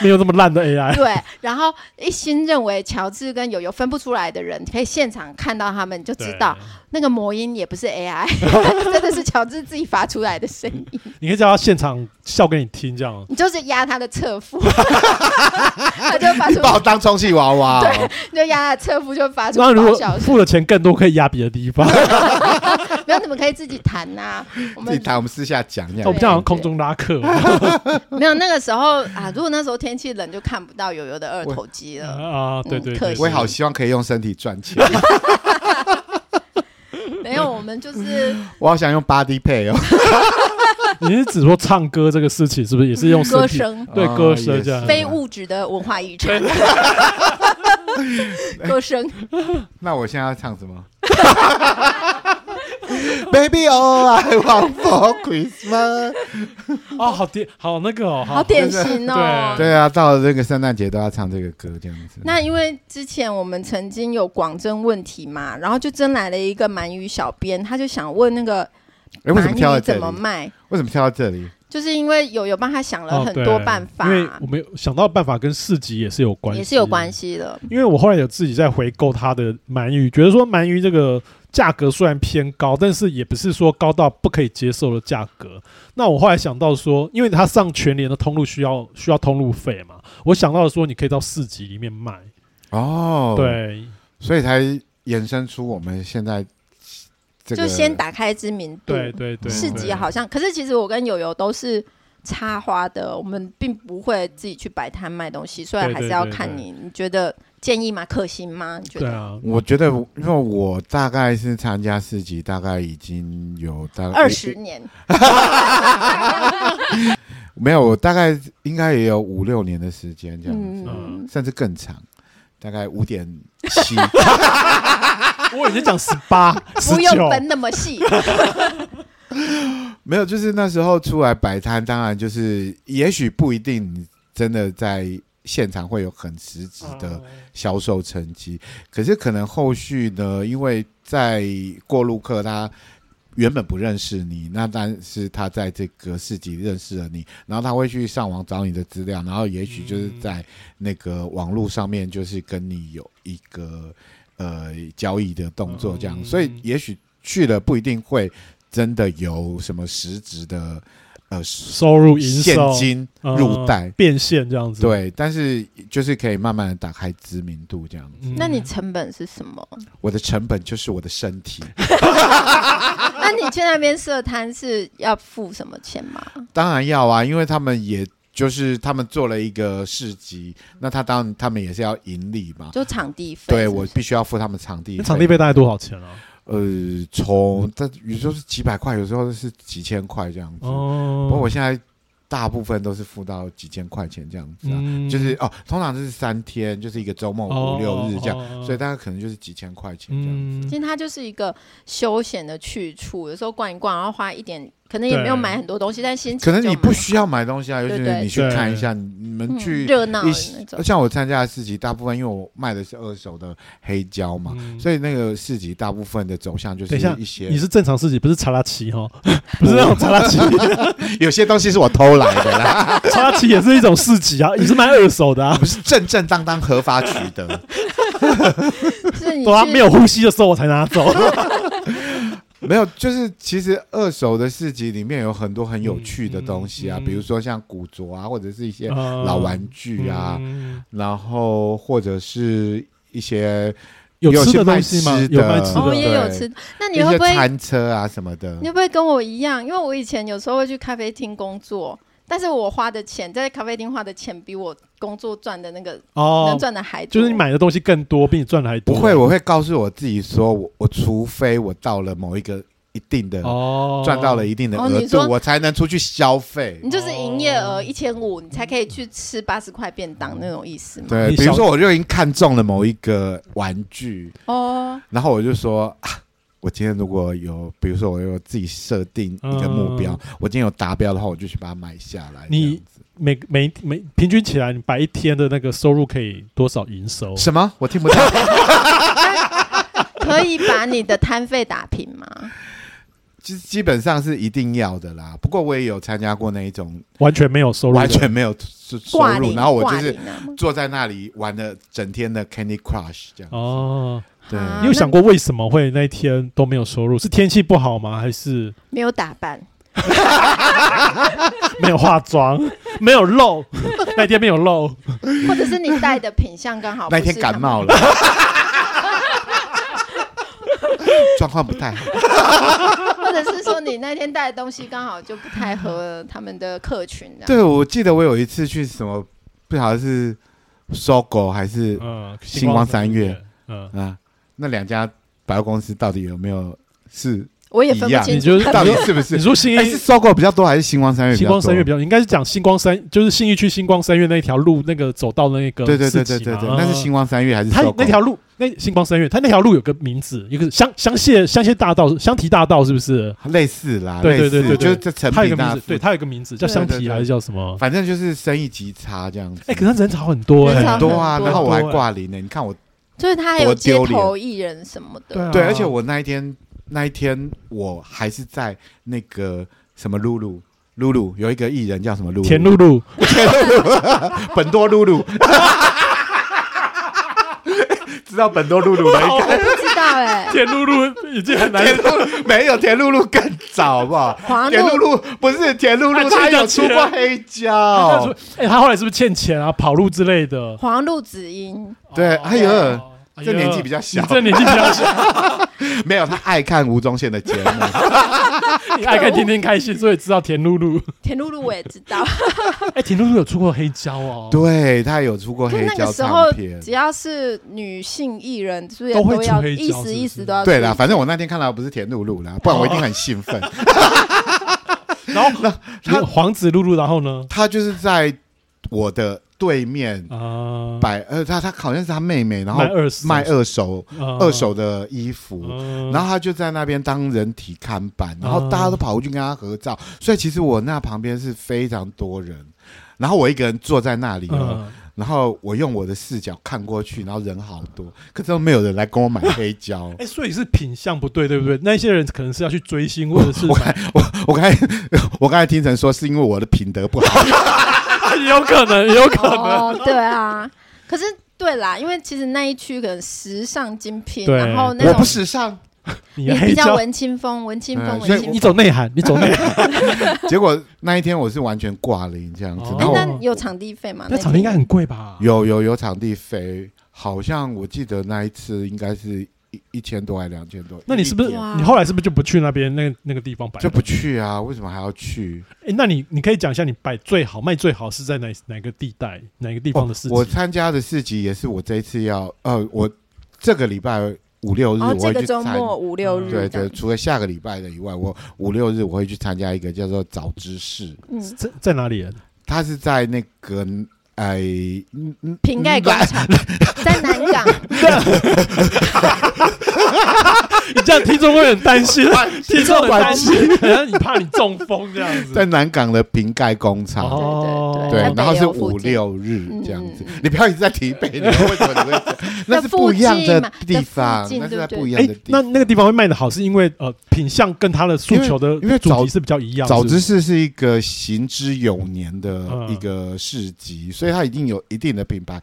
B: 没有那么烂的 AI。
A: 对，然后一心认为乔治跟友友分不出来的人，可以现场看到他们就知道那个魔音也不是
C: (laughs)
A: AI，真的是乔治自己发出来的声音。
B: 对，你可以叫他现场笑给你听，这样。
A: 你就是压他的侧
C: (laughs)
A: 腹，他就发
C: 你
A: 出，
C: 把我当充气娃娃、哦，
A: (laughs) 你就压他的侧腹就发出
B: 那如
A: 爆
B: 果
A: 笑声。
B: 付的钱更多，可以压别的地方。
A: 没有，你们可以自己弹呐、
C: (laughs)
A: 我
C: 自己
A: 们
C: 谈，我们私下讲
B: 我
C: 这样
B: 们。这样空中拉客。
A: 没有那个时候啊，如果那时候天气冷，就看不到友友的二头肌了。
B: 啊，对
A: 嗯
B: 对对
A: 可惜，
C: 我也好希望可以用身体赚钱，
B: (laughs)
A: 没有，我们就是
C: 我 (laughs) 好想用 body pay 哦，
B: 你是指说唱歌这个事情，是不是也是用身
A: 歌
B: 体？
A: 声，
B: 对
C: 啊
B: 歌声这样
C: 也是
A: 非物质的文化遗产。 (laughs) 歌
C: (laughs)
A: 声，
C: 那我现在要唱什么 (laughs) ？Baby, all I want for Christmas。
B: 哦，好点，好那个哦，
A: 好典型哦。
C: 对啊，到了这个圣诞节都要唱这个歌，这样子。
A: 那因为之前我们曾经有广征问题嘛，然后就真来了一个鳗鱼小编，他就想问那个
C: 哎，为什
A: 把
C: 么跳
A: 你
C: 到这
A: 怎么
C: 里？
A: 卖，
C: 为什么跳到这里？
A: 就是因为友友帮他想了
B: 哦
A: 很
B: 对
A: 多办法，
B: 因为我们有想到办法跟市集也是有关系，
A: 也是有关。系的。
B: 因为我后来有自己在回购它的鳗鱼，觉得说鳗鱼这个价格虽然偏高，但是也不是说高到不可以接受的价格。那我后来想到说，因为它上全联的通路需要需要通路费嘛，我想到说你可以到市集里面卖，
C: 哦，，
B: 对，
C: 所以才衍生出我们现在这个
A: 就先打开知名度。
B: 对对对，
A: 市集
B: 对
A: 好像，可是其实我跟友友都是插花的，我们并不会自己去摆摊卖东西，所以
B: 对
A: 还
B: 对
A: 是要
B: 对
A: 看
B: 对
A: 你，你觉得建议吗？可行吗？你觉
B: 对
A: 得？
B: 啊，
C: 我觉得，因为我大概是参加市集，大概已经有大概
A: 二十年，
C: 没有，我大概应该也有五六年的时间这样子，
A: 嗯，
C: 甚至更长，大概五点
A: (laughs)
C: 七。
B: 我已经
C: (laughs)
B: 讲十八、十
A: 不用
B: 九，
A: 分那么
B: (laughs)
A: 细，
C: 没有，就是那时候出来摆摊，当然就是也许不一定你真的在现场会有很实质
B: 嗯
C: 的销售成绩，可是可能后续呢，因为在过路客他。原本不认识你，那但是他在这个市集认识了你，然后他会去上网找你的资料，然后也许就是在那个网络上面，就是跟你有一个呃交易的动作这样，
B: 嗯
C: 所以也许去了不一定会真的有什么实质的呃
B: 收入、营
C: 现
B: 收、
C: 金
B: 嗯
C: 入袋，
B: 变现这样子。，
C: 对，但是就是可以慢慢的打开知名度这样
B: 嗯
C: 子。
A: 那你成本是什么？
C: 我的成本就是我的身体，
A: 那你去那边设摊是要付什么钱吗？
C: 当然要啊，因为他们也就是他们做了一个市集，那他当然他们也是要盈利嘛。
A: 就场地费？
C: 对
A: 是不
C: 我
A: 是
C: 必须要付他们场地
B: 那场地费大概多少钱啊？
C: 呃，从但有时候是几百块，有时候是几千块这样子。不过
B: 哦，
C: 我现在大部分都是付到几千块钱这样子啊，
B: 嗯哦
C: 就是哦，通常就是三天，就是一个周末五六日这样，所以大概可能就是几千块钱这样。
B: 嗯
A: 其实它就是一个休闲的去处，有时候逛一逛，然后花一点，可能也
B: 对
A: 没有买很多东西，但心情
C: 可能
A: 就
C: 你
A: 蛮
C: 不需要买东西啊，尤其
A: 对
C: 是
A: 对
C: 你去
B: 对
C: 看一下，你们
A: 嗯
C: 去
A: 热闹的
C: 一
A: 那种。
C: 像我参加的市集，大部分因为我卖的是二手的黑胶嘛，
B: 嗯
C: 所以那个市集大部分的走向就是
B: 等一下
C: 一些
B: 你是正常市集，不是查拉奇
C: (laughs)
B: 哈，不是那种查拉奇，
C: 有些东西是我偷来的啦， (laughs)
B: 查拉奇也是一种市集啊，也是卖二手的啊。
C: 不是正正当当合法取
B: (laughs)
C: 得。 (laughs)
A: 是你
B: 等
C: 啊
B: 它
A: 去哦
B: 没有呼吸的时候，我才拿走。
C: 没有，就是其实二手的市集里面有很多很有趣的东西
B: 嗯
C: 啊，
B: 嗯嗯
C: 比如说像古着啊，或者是一些老
B: 老
C: 玩具啊，
B: 嗯
C: 然后或者是一些
B: 有吃
C: 些
B: 的
C: 卖
B: 东西吗？
C: 吃的
B: 有卖吃
A: 哦，
B: 的，
A: 也有
C: 对
A: 吃。那
C: 一
A: 你会
C: 些
A: 不会，
C: 餐车啊什么的
A: 你。会不会跟我一样？因为我以前有时候会去咖啡厅工作，但是我花的钱在咖啡厅花的钱比我工作赚的那个、能
B: 哦，
A: 赚的还多。
B: 就是你买的东西更多，比你赚的还多。
C: 不会，我会告诉我自己说，我我除非我到了某一个一定的
B: 哦，
C: 赚到了一定的
A: 哦
C: 额
A: 你
C: 度
A: 说，
C: 我才能出去消费。
A: 你就是营业
C: 哦
A: 额一千五，你才可以去吃八十块便当那种意思嘛。
C: 对，
B: 你
C: 比如
B: 小
C: 说我就已经看中了某一个玩具，
A: 哦，
C: 然后我就说啊，我今天如果有，比如说我有自己设定一个目标，我今天有达标的话，我就去把它买下来。
B: 嗯你
C: 这样子
B: 每每每平均起来，你白一天的那个收入可以多少营收？
C: 什么？我听不
B: (laughs)
C: 到。
A: 可以把你的摊费打平吗？
C: 基基本上是一定要的啦。不过我也有参加过那一种
B: 完全没有收入的，
C: 完全没有收收
A: 挂
C: 入，
A: 零，
C: 然后我
A: 挂
C: 就是
A: 零啊
C: 坐在那里玩了整天的 Candy Crush 这样。
B: 哦。
C: 对，
A: 啊
B: 你有想过为什么会那一天都没有收入？是天气不好吗？还是
A: 没有打扮，
B: (laughs) 没有化
C: (laughs)
B: 妆？没有露？那天没有露？
A: 或者是你带的品相刚哦好不
C: (laughs) 那
A: 是
C: 天感
A: 他们
C: 冒
A: (laughs)
C: 了，状况不太好。
A: 或者是说你那天带的东西刚好就不太合他们的客群的。
C: 对，我记得我有一次去什么，不晓得是搜狗还是
B: 嗯，
C: 星光三月，
B: 嗯，
C: 啊，那两家百货公司到底有没有是？
A: 我也分不清
B: 你
A: 楚
B: 就。是
C: 到底是不
B: 你
C: 是？
B: 说新
C: 哎，是搜狗比较多还是星光哎三月？
B: 星光三月比
C: 较
B: 较，应该是讲星光三，就是信义区星光三月那一条路那个走到那个
C: 多。对对对
B: 市
C: 对
B: 集
C: 对
B: 嘛
C: 对，
B: 嗯
C: 那是星光三月还是
B: 它
C: 搜狗？
B: 那条路，那星光三月，它那条路有个名字，一个香香榭香榭大道、香缇大道，是不是？
C: 类似啦，
B: 对对对
C: 类
B: 对对
C: 似就是这成
B: 它有
C: 品
B: 个名
C: 那
B: 字，对，，它有个名字叫香
C: 对对
B: 缇
C: 对
B: 还是叫什么？
C: 反正就是生意极差这样子。
B: 哎，可是它人潮很多
A: 人潮
B: 哎
C: 很，多啊，
A: 很多
C: 然后我还挂零呢。你看我，
A: 就是他还有街头艺人什么
B: 对
A: 的，
B: 啊
C: 哦对，而且我那一天那一天我还是在那个什么露露。露露有一个艺人叫什么露露？
B: 啊田露露，
C: 本多露露，知道本多露露吗？
A: 我不知道
C: (laughs)
A: 哎、
B: (laughs) 田露露已经很难
C: 哦田露露没有田露露更早好不好？
A: 黄
C: 田露
A: 璐
C: 露哎不是田露
B: 啊
C: 露，
B: 这个
C: 她有
B: 讲起
C: 出
B: 来
C: 过黑胶，
B: 哎、他后来是不是欠钱啊、跑路之类的？
A: 黄璐子英，
C: 对
B: 哦
C: 哎呀
B: 哎呀
C: 这年纪比较小
B: 你这年纪比较
C: (laughs)
B: 小，
C: 没有她爱看吴宗宪的节目，
B: 你爱看天天开心，所以知道田露露。
A: 田露露我也知
C: (laughs)
A: 道，
B: (laughs) 哎、田露露有出过黑胶哦，
C: 对她有出过
A: 就
C: 黑
A: 那
C: 胶
A: 个时
C: 唱
A: 候
C: 片，
A: 只。要是女性艺人，是不是
B: 都会出
A: 要
B: 黑胶
A: 一
B: 是不
A: 时
B: 是
A: 一时都要
C: 对啦，
A: 了，
C: 反正我那天看到不是田露露啦，不然我一定很兴奋。
B: 然后他皇子露露，然后呢？
C: 她就是在我的对面
B: 啊、
C: 摆，呃，她她好像是她妹妹，然后
B: 卖二手
C: 卖二手
B: 啊
C: 二手的衣服，
B: 嗯
C: 然后他就在那边当人体看
B: 哦
C: 板，然后大家都跑过去跟他合照，所以其实我那旁边是非常多人，然后我一个人坐在那里哦，
B: 嗯
C: 然后我用我的视角看过去，然后人好多，可是都没有人来跟我买黑胶
B: (laughs) 。哎、所以是品相不对，对不对？那些人可能是要去追星，或者是
C: 我刚 (laughs) 才我我刚才我刚才听成说是因为我的品德不
B: (laughs)
C: 好，
B: 哎有可能，有可能。 (laughs)
A: 哦，对啊，可是对啦，因为其实那一区可能时尚精品，
B: 对
A: 然后那
C: 我不
A: 种
C: 时尚。
B: 你
A: 你
B: 的
A: 比
B: 黑
A: 较
B: 胶，
A: 文青风，文青风，
C: 嗯
A: 文
C: 所以
A: 青
B: 你
A: 风。
B: 走内涵，你走
A: (laughs)
B: 内涵。
C: 结果那一天我是完全挂零这样子
B: 哦，
C: 然
A: 哎
C: 后，我
A: 那有场地费吗？
B: 那
A: 天
B: 场地应该很
A: (laughs)
B: 贵吧？
C: 有有有场地费，好像我记得那一次应该是一一千多还两千多。
B: 那你是不是
C: 一点
A: 哇
B: 你后来是不是就不去那边那个那个地方摆了？
C: 就不去啊？为什么还要去？
B: 诶那你你可以讲一下你摆最好卖最好是在哪哪个地带哪个地方的市集？
C: 哦我参加的市集也是我这一次要呃，我这个礼拜五六日
A: 然后
C: 我
A: 哦这
C: 会
A: 个
C: 去
A: 周
C: 参，
A: 末五六日，
C: 对对，，除了下个礼拜的以外，我五六日我会去参加一个叫做早知识，
B: 是
A: 嗯，
B: 在在哪里啊？
C: 它是在那个哎嗯嗯
A: 瓶盖广场
C: (laughs)
A: 在南港，
B: 你这样听众会很担心， (laughs) 听众很担心，好像你怕你中风这样
C: 在
B: 子。
C: 南港的瓶盖工厂。
B: 哦
C: 对
A: 在，北
C: 然后是
A: 流附
C: 五
A: 近
C: 六日这样子
A: 嗯嗯嗯，
C: 你不要一直在提北流，为什么你会这样？
A: (laughs)
C: 那是不一样的地
A: 在
C: 方
A: 附，近
C: 那
A: 嘛
C: 是
A: 在
C: 在
A: 附近
C: 不一样
B: 哎
C: 的地，
B: 那
C: 方。
B: 那个地方会卖的好，是因为呃品相跟它的诉求的
C: 因为
B: 主
C: 早
B: 题是比较一样。
C: 早
B: 是不
C: 知
B: 是
C: 识是一个行之有年的
B: 嗯
C: 一个市集，所以它已经有一定的品牌，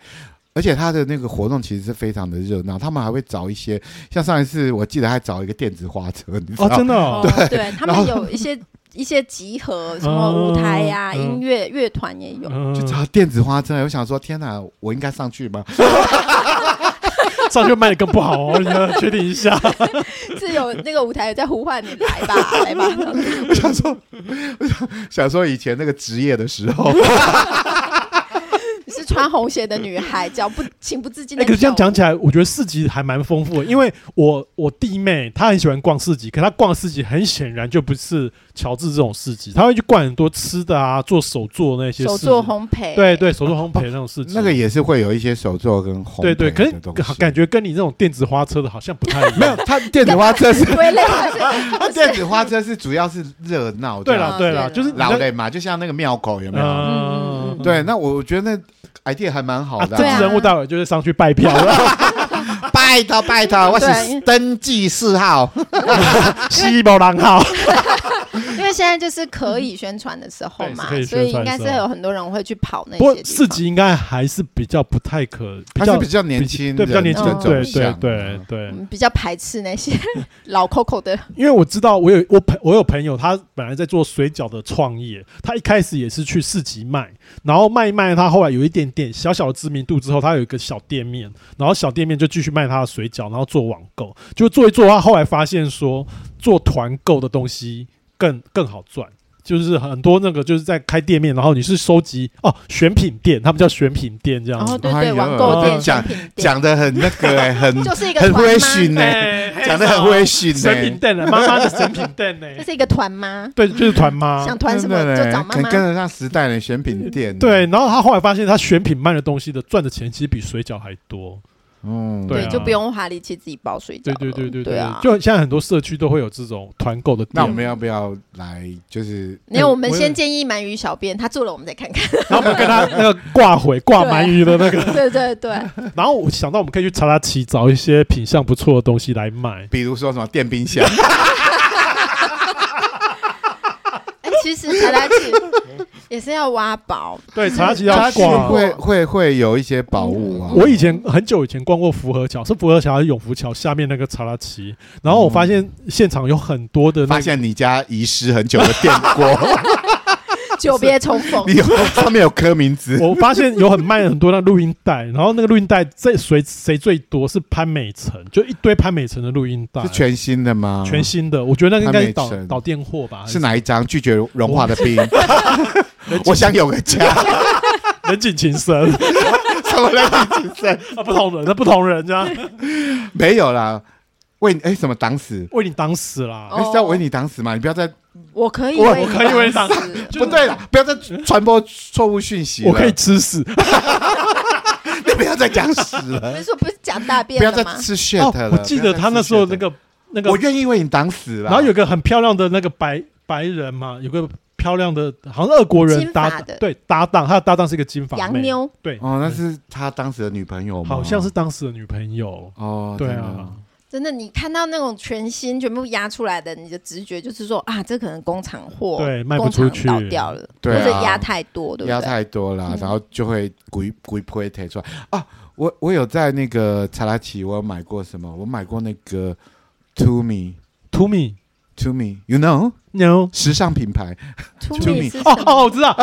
C: 而且它的那个活动其实是非常的热闹。他们还会找一些，像上一次我记得还找一个电子花车，你知道
B: 哦，真
C: 吗？
B: 的
A: 哦
B: 哦，
A: 对，他
C: 然后
A: 们有一
C: (laughs)
A: 些一些集合，什么舞台呀、
B: 嗯
A: 音乐乐团也有， (laughs)
B: 嗯
C: 就找电子花车，我想说，天哪，我应该上去吗？ (laughs)
B: 上去卖的更不好哦，你要确定一下。
A: 是有那个舞台有在呼唤你来吧，来吧， (laughs)
C: 我想说，我想想说以前那个职业的时候， (laughs)
A: 你是穿红鞋的女孩，脚不情不自禁
B: 哎、
A: 的、
B: 可是这样，讲起来，我觉得市集还蛮丰富的， (laughs) 因为我我弟妹她很喜欢逛市集，可她逛的市集很显然就不是乔治这种市集，她会去逛很多吃的啊，做手作那些
A: 手
B: 市
A: 做
B: 集
A: 烘焙，
B: 对对，手作烘焙那种市集，
C: 那个也是会有一些手作跟烘
B: 对对，
C: 焙
B: 可
C: 的东
B: 是啊
C: 西
B: 感觉跟你那种电子花车的好像不太一样。
C: (laughs) 没有，它电子花车是
A: (laughs) 归类还是
B: (laughs)
C: 它 (laughs) 电子花车是主要是热闹这
B: 对
C: 样，
B: 啦
A: 对
B: 对啦，
A: 啦
B: 就是你
C: 啊老
B: 在
C: 嘞嘛，就像那个庙口有没有？
B: 啊
A: 嗯嗯嗯嗯
C: 对，那我觉得那 idea 还蛮好
B: 啊，
C: 的
B: 政
A: 对
C: 啊、
A: 啊
B: 治人物待会就是上去拜票， (laughs)
C: 拜托拜托，我
A: 对
C: 是登记四号，
B: 西伯狼号。
A: 因为现在就是可以宣传的时候嘛
B: 对是，
A: 所
B: 可以宣传的时
A: 以应
B: 候
A: 该是有很多人会去跑那
B: (laughs) 不过
A: 些
B: 市
A: 地
B: 集应该还是比较不太可，比
C: 他是
B: 较
C: 比较年轻，
B: 对比较年轻
A: 人
B: 的，
A: 的
B: 对
A: 走
B: 对对对
A: 方，我。们比较排斥那些 (laughs) 老 Coco 的，
B: 因为我知道我有我朋我有朋友，他本来在做水饺的创业，他一开始也是去市集卖，然后卖一卖，他后来有一点点小小的知名度之后，他有一个小店面，然后小店面就继续卖他的水饺，然后做网购，就做一做，他后来发现说做团购的东西更更好赚。就是很多那个就是在开店面，然后你是收集哦选品店，他们叫选品店这样
A: 然哦
B: 子
A: 后。对
C: 哎
A: 对，
C: 呦
A: 网购
B: 哦
A: 店、
C: 讲
A: 商品店，
C: 讲的很那个、欸，
B: (laughs)
C: 很
A: 就是一个
C: 很
A: 团
C: 微
A: 妈，
C: 醺呢、讲的很微醺欸呢、
B: 哎选品店呢，妈妈的选品店呢，
A: 就是一个团妈，
B: 对，就是团妈。
A: 想团什么
C: 真的
A: 就
C: 嘞
A: 找妈
C: 可
A: 妈
C: 能。跟得上时代的选品店，
B: 嗯对，，然后他后来发现，他选品卖的东西的赚的钱其实比水饺还多。
C: 嗯，
B: 对啊
A: 对，就不用花力气自己包水饺
B: 对
A: 了。
B: 对对对
A: 对啊！
B: 就现在很多社区都会有这种团购的
C: 那
B: 店
C: 我，们要不要来？就是
A: 没有，我们
B: 我也
A: 先建议鳗鱼小编，他做了我们再看
B: (laughs)
A: 看。
B: 然后我们跟他那个挂回挂鳗鱼的那个，
A: 对对哎对，
B: 然后我想到我们可以去查查旗，找一些品相不错的东西来买。
C: 比如说什么电冰箱，
A: 哎，其实查
B: (laughs)
A: 拉奇也是要挖宝，
B: 对，查查旗
C: 它
B: 要
C: 是
B: 挂。
C: 会会会有一些宝物啊。
B: 我以前很久以前逛过福和桥，是福和桥还是永福桥下面那个查拉奇，然后我发现现场有很多的那
C: 发
B: 个，
C: 现你家遗失很久的电
B: (laughs)
C: 锅，
A: 久别重逢
C: 你。有上面有刻名 (laughs) 字，
B: 我发现有很卖很多那录音带，然后那个录音带最谁谁最多是潘美辰，就一堆潘美辰的录音带，
C: 是全新的吗？
B: 全新的，我觉得那个应该是
C: 潘
B: 导
C: 美辰
B: 导电货吧，
C: 是哪一张？拒绝融化的冰， (laughs) 我想有
B: (laughs)
C: 个家，
B: 人景情深
C: 什么人已经在
B: 啊，不同人，那不同人这样
C: 没有啦。为哎什么挡死？
B: 为你挡死啦。
A: 哦
C: 哎是要为你挡死吗？你不要再
A: 我可以
C: 我
A: 为
B: 我
A: 你
B: 可以为你
A: 挡
B: 挡 (laughs)
A: 死
B: 就
C: 不对了，不要再传播错误讯息了。
B: 我可以吃屎。
C: 你不要再讲屎
A: 不
C: 了
A: (laughs) 是，说不是讲大便
C: 不要
A: 了
C: 再
A: 吗？
C: 吃 shit 了。
B: 哦我记
C: 不
B: 得
C: 要再吃
B: 他那时候
C: shit
B: 那
C: 了，
B: 个那个
C: 我，愿意为你挡死了。
B: 然后有个很漂亮的那个白白人嘛，有个漂亮的，好像俄国人
A: 金
B: 搭
A: 发
B: 档
A: 的
B: 对搭档，他的搭档是一个金发妹
A: 洋，妞，
B: 对，
C: 哦，那是他当时的女朋友吗？
B: 好像是当时的女朋友。
C: 哦，
B: 对
C: 真的
B: 啊，
A: 真的，你看到那种全新全部压出来的，你的直觉就是说啊，这可能工厂货，
B: 对卖不出去
A: 工厂倒掉了，
C: 对啊
A: 或者压太多，对
C: 压
A: 不对？
C: 太多了
A: 嗯，
C: 然后就会鬼鬼推推出来啊！我我有在那个查拉奇，我有买过什么？我买过那个 To Me
B: To me
C: To Me，You know，
B: no。
C: 时尚品牌
A: 出
C: 出
A: 米
C: 米
A: 是
B: 哦
A: 什
B: 哦，
A: 么
B: 我知道，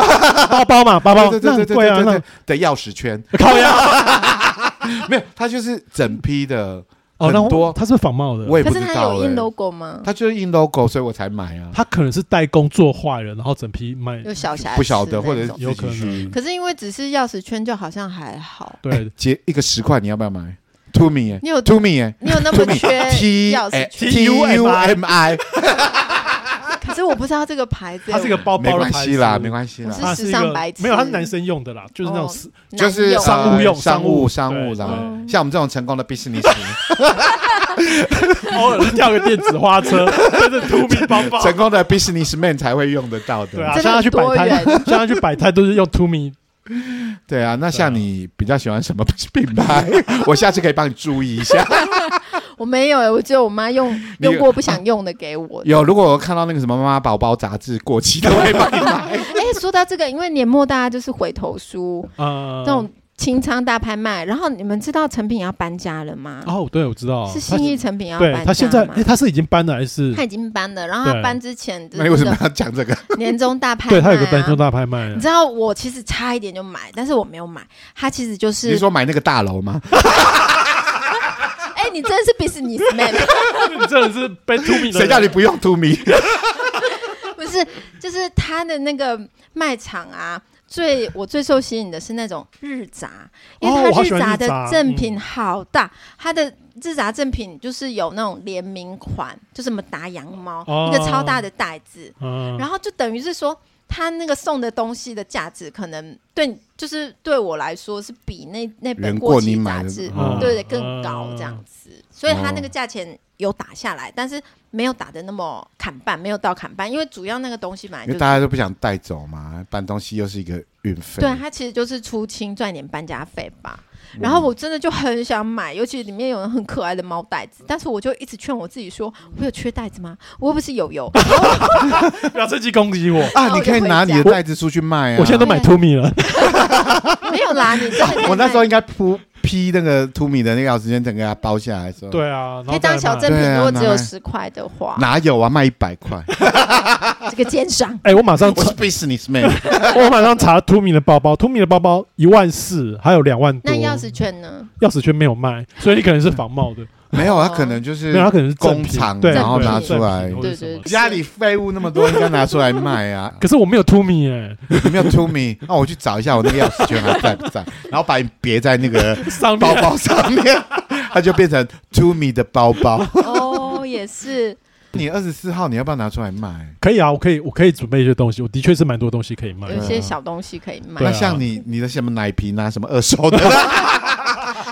B: 包包嘛，包包，那
C: 对对对
B: 很
C: 对
B: 贵啊，
C: 对
B: 那
C: 对对的钥匙圈，
B: 靠呀，
C: 没有，它就是整批的，
B: 哦，那
C: (laughs) 很多
B: 他是仿冒的，
C: 我也
A: 可
C: 不
A: 是
C: 知
A: 它
C: 道
A: 有印
C: 欸。
A: logo 吗？
C: 它就是印 logo，所以我才买啊，
B: 他可能是代工做坏了，然后整批卖，
A: 有小瑕疵
C: 不晓得或
A: 那
C: 者是
A: 种
B: 有可
C: 自己去
A: 可是因为只是钥匙圈，就好像还好。
B: 对，
C: 结一个十块，你要不要买？To Me，
A: 你有
C: To Me，耶
A: 你有
C: (laughs)
A: 那么
C: ，To Me
A: 缺
C: T 哎
A: 钥匙圈？
C: T U
B: (laughs)
C: M I，
A: 可是我不知道这个牌子，
B: 它是一个包
C: 没
B: 哦包的
C: 关
B: 牌
C: 系
B: 子
C: 啦，没关系
A: 我
C: 啦
A: 是。
B: 它
A: 时
B: 一
A: 尚
B: 个
A: 白痴
B: 没有，它是男生用的啦，就是那种
A: 哦
B: 私
C: 就
A: 难
C: 是
A: 用
B: 商务用
C: 呃商务
B: 商
C: 商
B: 务
C: 务商
A: 对
C: 务，像我们这种成功的 business，
B: 偶尔掉个电子花车， (laughs) 跟着 To me (laughs) 包包，
C: (laughs) 成功的 business man 才会用得到
B: 对
C: 的。
B: 啊，
A: 真的
B: 像他去摆摊
A: 很，
B: 像他去摆摊都是用 To me，
C: 对啊，那像你比较喜欢什么品牌？
B: 啊
C: (laughs) 我下次可以帮你注意一下。
A: 我没有欸，我只有我妈用
C: (laughs) 你有
A: 用过不想用的给我。
C: (laughs) 有，如果我看到那个什么《妈妈宝宝》杂志过期的，我
A: (laughs)
C: 会帮你买。
A: 哎，说到这个，因为年末大家就是回头书
B: 呃
A: 这，种清仓大拍卖，然后你们知道成品要搬家了吗？
B: 哦，对，我知道，
A: 是
B: 他
A: 新义成品要搬
B: 对
A: 家
B: 他现在，
A: 吗
B: 哎，他是已经搬了还是
A: 他？已经搬了，然后
B: 对
A: 他搬之前的
C: 那你为什么
A: 那
C: 要讲这个？
A: 个年终大拍卖、啊，
B: (laughs) 对他有个搬中大拍卖
A: 你，知道我其实差一点就买，但是我没有买。他其实就
C: 你
A: 是
C: 是，说买那个大楼吗？
A: 哎、你真的是 business man，
B: (laughs) 你真的是被 To me 的人
C: 谁叫你不用 To Me？
A: (laughs) 不是？就是他的那个卖场啊，最我最受吸引的是那种日杂，因
B: 哦
A: 为
B: 我好
A: 它
B: 喜欢
A: 杂
B: 日杂
A: 的赠品好大，它的日杂赠品就是有那种联名款，就什么打羊毛，
B: 哦
A: 一个超大的袋子，
B: 嗯，
A: 然后就等于是说，他那个送的东西的价值，可能对你，就是对我来说是比那那本
C: 人过
A: 期
C: 你
A: 杂
C: 买的
A: 志，
B: 嗯
A: 对对，更高这样子。所以他那个
C: 哦
A: 价钱有打下来，但是没有打的那么砍半，没有到砍半，因为主要那个东西买
C: 因
A: 就
C: 为
A: 是
C: 大家都不想带走嘛，搬东西又是一个运费。啊
A: 对，它其实就是出清赚点搬家费吧。
C: 嗯
A: 然后我真的就很想买，尤其里面有很可爱的猫袋子，但是我就一直劝我自己说，我有缺袋子吗？我又不是有油，
B: 不要趁机攻击我，
A: 那
C: 啊，
A: 我
C: 你
A: 就
C: 可以
A: 回
C: 拿你的
A: 家
C: 袋子出去卖啊。啊
B: 我现在都买 To me 了，
A: 没有啦，你真的可以
C: (laughs) 我那时
A: 买
C: 候应该铺批那个图米的那个钥匙圈，整个给它包下来说，，
B: 对啊，然
A: 可
B: 后
A: 以当小
B: 再
A: 赠
B: 卖
C: 对
A: 品，
C: 啊
A: 如果只
C: 拿
A: 有
C: 来
A: 十块的话，
C: 哪有啊，卖一
A: (laughs)
C: 百块，
A: 这个鉴赏
C: (laughs)
B: 哎，我马上
C: 我
B: 查
C: 是 business man，
B: (laughs) 我马上查 To me 的包包，To me 的包包一万四，还有两万多，
A: 那钥匙圈
C: (laughs)
A: 呢？
B: 钥匙圈没有卖，所以你可能是仿冒的，
C: (laughs) 没有，他可能就是
B: 没有，它可能是正
C: 工
B: 品
C: 厂
B: 对，
A: 然后
B: 对
A: 拿
B: 正
C: 出
B: 品或者
C: 来
B: 什么
A: 对对对
C: 家里废物那么多，应该拿出来卖啊， (laughs)
B: 可是我没有 To me 哎，
C: 有没有 to me？那我去找一下我那个钥匙圈还在不在，然后把你别在那个
B: 上
C: 包
B: 面
C: 包上面， (laughs) 它就变成 to me 的包包。 (laughs)
A: 哦，也是，
C: 你二十四号你要不要拿出来卖？
B: 可以啊，我可以，我可以准备一些东西，我的确是蛮多东西可以卖
A: 有
C: 啊
B: 的。
A: 一些小东西可以买
B: 对
C: 那
B: 啊。
C: (laughs) 像你你的什么奶瓶啊，什么二手的，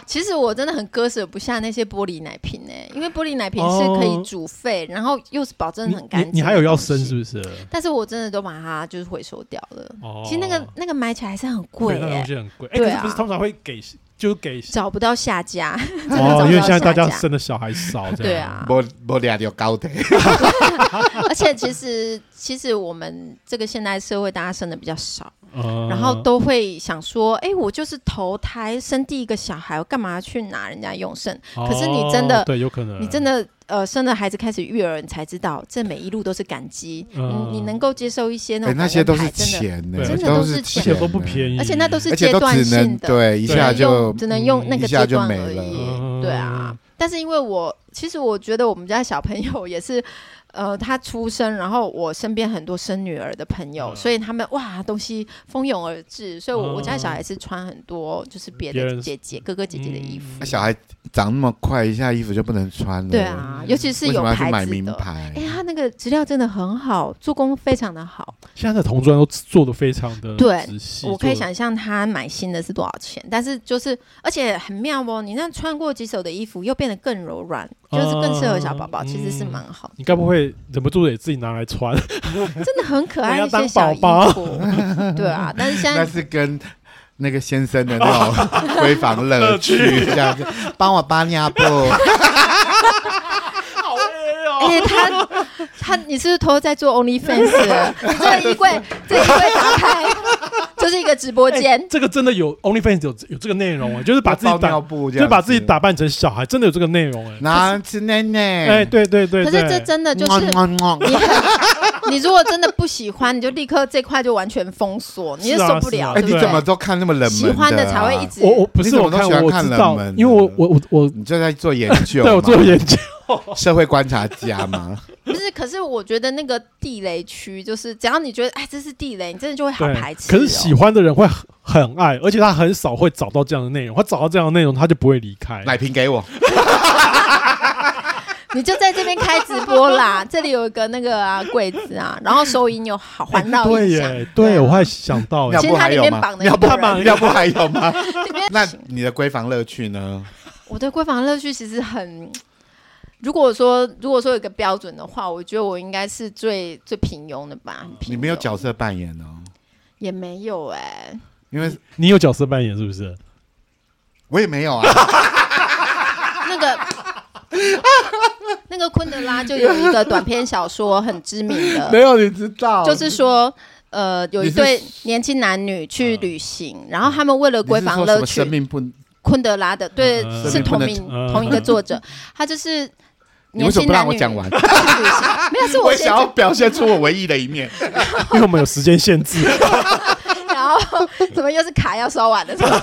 A: 其实我真的很割舍不下那些玻璃奶瓶哎、因为玻璃奶瓶是可以煮沸，然后又是保证
B: 哦你
A: 很干
B: 你
A: 净。
B: 你还有要生是？不是？
A: 但是我真的都把它就是回收掉了。
B: 哦，
A: 其实那个那个买起来还是很贵
B: 对那
A: 哎、
B: 个东西很贵，哎，
A: 对
B: 可
A: 啊
B: 是不是通常会给就是给
A: 找不到下家。真的找不
B: 哦，因为
A: 到
B: 现在大家
A: 下家
B: 生的小孩少，这
A: (laughs)
B: 样
A: 对，啊，
C: 没没俩就高的，
A: 而且其实其实我们这个现代社会，大家生的比较少，
B: 嗯
A: 然后都会想说，哎、我就是投胎生第一个小孩，我干嘛去拿人家用剩？可是你真的
B: 哦对，有可能
A: 你真的呃生了孩子开始育儿，你才知道这每一路都是感激，
B: 嗯
A: 你你能够接受一些那
C: 哎，
A: 种
C: 那
A: 感
C: 些
A: 恩
C: 都
A: 牌、
C: 是
A: 真的，
C: 钱呢
B: 对，真的
A: 都
C: 是
A: 是
B: 而
A: 钱
B: 且都不
C: 宜，
B: 便宜，
A: 而且那都是
C: 而且
A: 阶
C: 都
A: 段
C: 只
A: 性
C: 能
A: 的，
C: 对一
A: 只
B: 对
C: 下
A: 能
C: 就
A: 用只能用那
C: 嗯
A: 个
C: 一下
A: 阶
C: 就
A: 段
C: 没
A: 而
C: 了。
A: 已。
B: 嗯
A: 对啊，但是因为我其实我觉得我们家小朋友也是，呃，他出生，然后我身边很多生女儿的朋友，
B: 嗯
A: 所以他们哇东西蜂拥而至，所以我、
B: 嗯
A: 我家小孩是穿很多就是别
B: 别
A: 的
B: 人嗯
A: 姐姐哥哥姐姐的衣服，
C: 嗯那小孩长那么快，一下衣服就不能穿了。
A: 对啊，尤其是
C: 为什
A: 有
C: 么要去
A: 牌
C: 买
A: 子
C: 名
A: 的。
C: 牌
A: 哎、？他那个质量真的很好，做工非常的好。
B: 现在的童装都做的非常的
A: 对
B: 仔细，
A: 我可以
B: 做
A: 想
B: 得
A: 象他买新的是多少钱，但是就是而且很妙哦，你那穿过几手的衣服又变得更柔软，就是更适合小宝宝，
B: 嗯
A: 其实是蛮好的，
B: 你该不会忍不住也自己拿来穿？
A: 真的很可爱
B: 我要
A: 一些
B: 当
A: 小
B: 宝
A: 衣
B: 宝
A: 服，对啊，但是现
C: 那
A: 在。
B: (laughs)
C: 是跟那个先生的
A: (laughs)
C: 那种闺房乐趣这样子，帮我扒尿布，
B: 好累哦！
A: 而且哎他他，你是不是偷偷在做 OnlyFans？了 (laughs) 这个衣柜，这个衣柜打开就是一个直播间，
B: 这个真的有 OnlyFans 有有这个内容啊，就是 (laughs) 把自己
C: 包尿
B: 打，
C: 布这
B: 就
C: 样，
B: 把自己，打扮成小孩，真的有这个内容哎。
C: 然后吃奶奶。
B: 哎，，对对对，
A: 可是这
B: 对
A: 真的就是
C: 嗯嗯嗯
A: 你很，你如果真的不喜欢，你就立刻这块就完全封锁，你就是
B: 啊
A: 受不
B: 是啊
A: 了。
C: (laughs)
A: 对
C: 哎，
A: 不
C: 你
A: 对
C: 怎么都看那么冷门、
A: 喜欢的才会一。直
B: 我我不
C: 你
B: 是
C: 怎么
B: 我
C: 都
B: 看
C: 喜欢
B: 我
C: 看
B: 知
C: 冷
B: 道
C: 门，
B: 因为我
C: 的
B: 我我我
C: 你就在做研究
B: (laughs)
C: 嘛，
B: 对我做研究，
C: 社会观察
B: (laughs)
C: 家嘛，
A: 不是，可是我觉得那个地雷区，就是只要你觉得哎这是地雷，你真的就会好
B: 对
A: 排，斥、哦。
B: 可是喜欢的人会很很爱，而且他很少会找到这样的内容，他找到这样的内容他就不会离开。
C: 奶瓶给我，
A: 你就在这边开直播啦，这里有一个那个啊柜子啊，然后收银有好环绕
B: 对
A: 音响。
B: 耶，对
A: 啊
B: 我还想到耶
C: 尿
A: 其
C: 布
A: 实它
C: 还
A: 里
C: 有
A: 面
C: 吗
A: 绑？的
C: 尿布
A: 一个人
B: 哎
C: 吗？尿布还
A: (laughs)
C: 有吗？
A: 里面
C: 那你的闺房乐趣呢？
A: 我对闺房乐趣其实很，如果说如果说有一个标准的话，我觉得我应该是最最平庸的吧。很平
C: 哦你没有
A: 庸
C: 角色扮演哦，
A: 也没有哎、
C: 因为
B: 你有角色扮演
A: (laughs)
B: 是不是？
C: 我也没有啊。
A: 那个那个昆德拉就有一个短篇小说很知名
C: (laughs)
A: 的，
C: 有，哦你知道
A: 就是说，呃，有一
C: 你是嗯
A: 对年轻男女去旅行，然后他们为了
C: 你
A: 闺
C: 是说
A: 房
C: 什
A: 乐
C: 么
A: 趣
C: 生，命不，
A: 昆德拉的对
B: 嗯
A: 是
C: 生命不
A: 同
C: 能
A: 名
B: 嗯
A: 同一个作者，他就是
C: (laughs) 你
A: 年
C: 为什么
A: 轻
C: 不让
A: 男
C: 我
A: 女
C: 讲完？
A: 去旅行，没
C: (laughs)
A: 有是
C: 我
A: 我先
C: 想要表现出我唯一的一
A: (laughs)
C: 面。
B: 因为我们有时间限制。
A: 讲，然
C: (laughs)
A: 后怎么又是卡要刷完了？是吧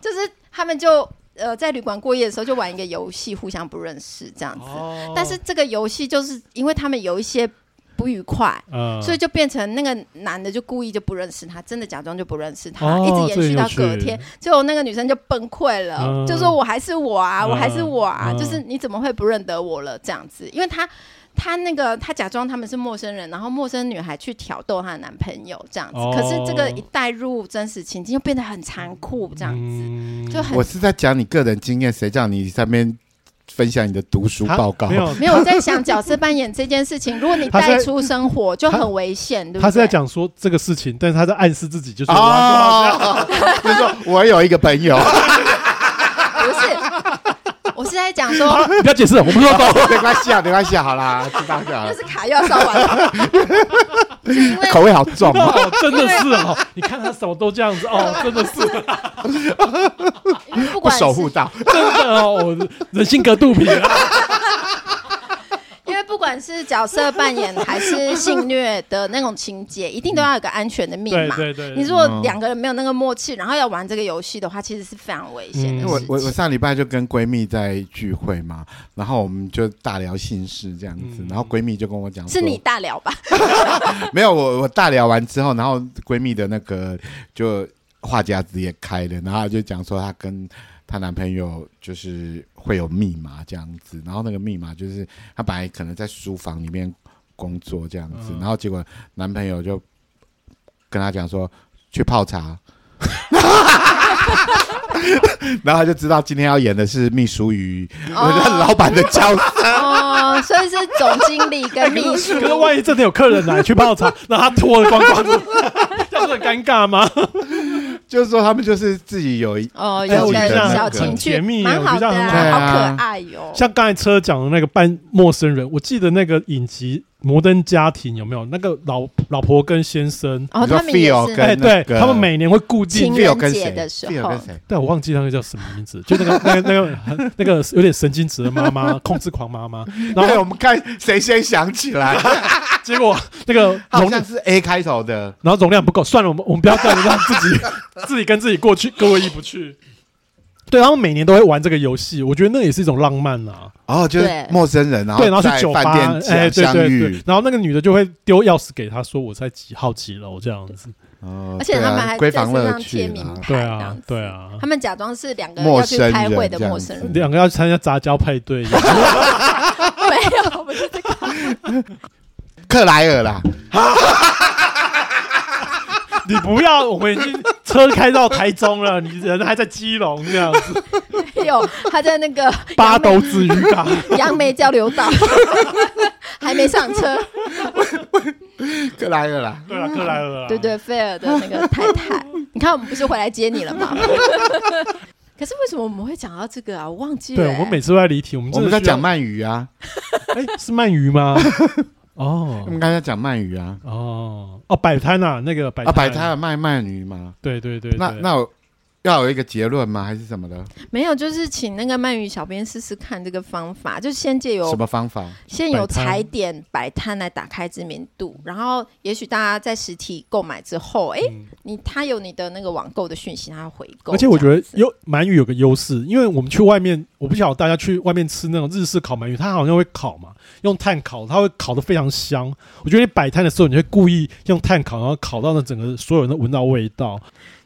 A: 就是他们就呃在旅馆过夜的时候就玩一个游戏，互相不认识这样子，
B: 哦
A: 但是这个游戏就是因为他们有一些不愉快。
B: 嗯
A: 所以就变成那个男的就故意就不认识他，真的假装就不认识他，
B: 哦
A: 一直延续到
B: 这个有
A: 隔
B: 趣
A: 天，最后那个女生就崩溃了，
B: 嗯
A: 就说我还是我啊，
B: 嗯
A: 我还是我啊，
B: 嗯
A: 就是你怎么会不认得我了这样子？因为他他那个他假装他们是陌生人，然后陌生女孩去挑逗她的男朋友这样子，
B: 哦
A: 可是这个一带入真实情境，又变得很残酷这样子，
B: 嗯
A: 就很
C: 我是在讲你个人经验，谁叫你在那边分享你的读书
B: 他
C: 报告
B: 啊没？有，
A: 没有我在想角色扮演这件事情，如果你
B: (laughs) 他是
A: 带
B: 在
A: 出生活就很危险，对不对？
B: 他是在讲说这个事情，但是他在暗示自己，就是我要做到
C: 哦，就是说我有一个朋友， (laughs)
A: 不是，我是在
B: (laughs)
A: 讲说。
B: 这样。你不要解释，我们不要懂。
C: 没关系啊，没关系啊，好啦，知道就好
A: 啊就
C: 了
A: 是。卡要烧完
C: (laughs)
A: 了，就是因为
C: 口味好重 (laughs) 哦，
B: 哦，真的是哦，你看他什么都这样子哦，真的是
A: 因为不
C: 不
A: 管是嗯
C: 守护到。
B: 真的哦，我人性隔肚皮啊。
A: 因为不管是角色扮演还是性虐的那种情节，一定都要有个安全的密
B: 对
A: 码。
B: 对对，
A: 你如果两个人没有那个默契，然后要玩这个游戏的话，其实是非常危险的
B: 嗯
C: 因为我
A: 事
C: 我我
A: 情。
C: 上礼拜就跟闺蜜在聚会嘛，然后我们就大聊心事这样子，
B: 嗯
C: 然后闺蜜就跟我讲说，
A: 是你大聊吧？
C: (laughs) 没有我我大聊完之后，然后闺蜜的那个就话匣子也开了，然后她就讲说她跟她男朋友就是会有密码这样子，然后那个密码就是她本来可能在书房里面工作这样子，
B: 嗯
C: 然后结果男朋友就跟她讲说去泡茶， (laughs) 然后他就知道今天要演的是秘书与我的
A: 哦
C: (laughs) 老板的交涉。
A: 哦，所以是总经理跟秘书
C: (laughs)
B: 可是万一真的有客人来去泡茶，让他脱了光光 (laughs) 的，这样不是很尴尬吗？
C: 就是说他们就是自己有一
A: 哦，
B: 哎
A: 有
B: 我觉
A: 个
B: 得
A: 小
B: 很
A: 情趣，
B: 甜蜜耶
A: 蛮好的、啊
B: 我觉得
C: 这样很好
A: 好可爱哦哟、
C: 哦
B: 像刚才车讲的那个扮陌生人，我记得那个影集《摩登家庭》有没有？那个老老婆跟先生，
A: 哦，他们
C: 你
A: 也
C: 说 Phil
A: 是
C: 跟
B: 哎，
C: 那
B: 对
C: 个
B: 他们每年会固定
A: 情，
C: Phil
A: 人
C: 跟
A: 节
C: 谁
A: 的时
C: Phil
A: 候
C: 跟谁？
B: 但我忘记那个叫什么名字，就那个那个那个很那个有点神经质的妈妈，控制狂妈
C: (laughs)
B: 妈。然
C: 对，
B: 后
C: 我们看谁先想起来，
B: 结果那个
C: (laughs) 好
B: 容
C: 像是 A 开头的。
B: 然后容量不够，算了，我们我们不要这样，让自
C: (laughs)
B: 己自己跟自己过去过意不去。对，然后每年都会玩这个游戏，我觉得那也是一种浪漫啊。
C: 哦，就是
A: 对
C: 陌生人，然后
B: 对，然后
C: 在
B: 去酒吧，
C: 饭店啊
B: 哎，对对
C: 相相
B: 对
C: 遇，，
B: 然后那个女的就会丢钥匙给他，说我在几号几楼这样子。
C: 哦
A: 而且
C: 对
A: 他
C: 啊
A: 们还在
C: 闺房
A: 身
C: 乐
A: 上
C: 趣
A: 贴名
C: 啦。
A: 牌，
B: 对
A: 这
B: 啊
A: 样，子
B: 对啊，
A: 他们假装是两个
C: 陌
A: 要去
C: 生
A: 开
C: 人
A: 会的
C: 这样
A: 陌生
C: 子
A: 人，
B: 两个要参加杂交配对，
A: (laughs) 没有，不是这个，
C: 克莱尔啦，
B: (laughs) 你不要，我们已经车开到台中了，你人还在基隆这样子，
A: 没 (laughs) 有，他在那个
B: 八斗子渔
A: (laughs)
B: 港，
A: 杨梅交流道 (laughs) 还没上车，
C: (laughs) 克莱尔啦，
B: 对啊，克莱尔啊，
A: 对对，菲尔的那个太太，你看我们不是回来接你了吗？ (laughs) 可是为什么我们会讲到这个啊？我忘记了、
B: 对，我们每次都在离题，我们
C: 我
B: 真
C: 们
B: 的
C: 在
B: 需要
C: 讲，鳗鱼啊，
B: 哎，是鳗鱼
C: (laughs)
B: 吗？哦
C: 我，们刚才讲鳗鱼啊，
B: 哦哦，摆摊啊，那个摆
C: 啊，摆摊，的卖鳗鱼嘛。
B: 对对对，
C: 那
B: 对
C: 那我要有一个结论吗？还是什么的？
A: 没有，就是请那个鳗鱼小编试试看这个方法，就先借由
C: 什么方法？
A: 先有
B: 摆摊
A: 踩点摆摊来打开知名度，然后也许大家在实体购买之后，哎、
B: 嗯
A: 你他有你的那个网购的讯息，他回购。
B: 而且我觉得
A: 这样子
B: 优鳗鱼有个优势，因为我们去外面，我不晓得大家去外面吃那种日式烤鳗鱼，它好像会烤嘛，用炭烤，它会烤的非常香。我觉得你摆摊的时候，你会故意用炭烤，然后烤到那整个所有人都闻到味道。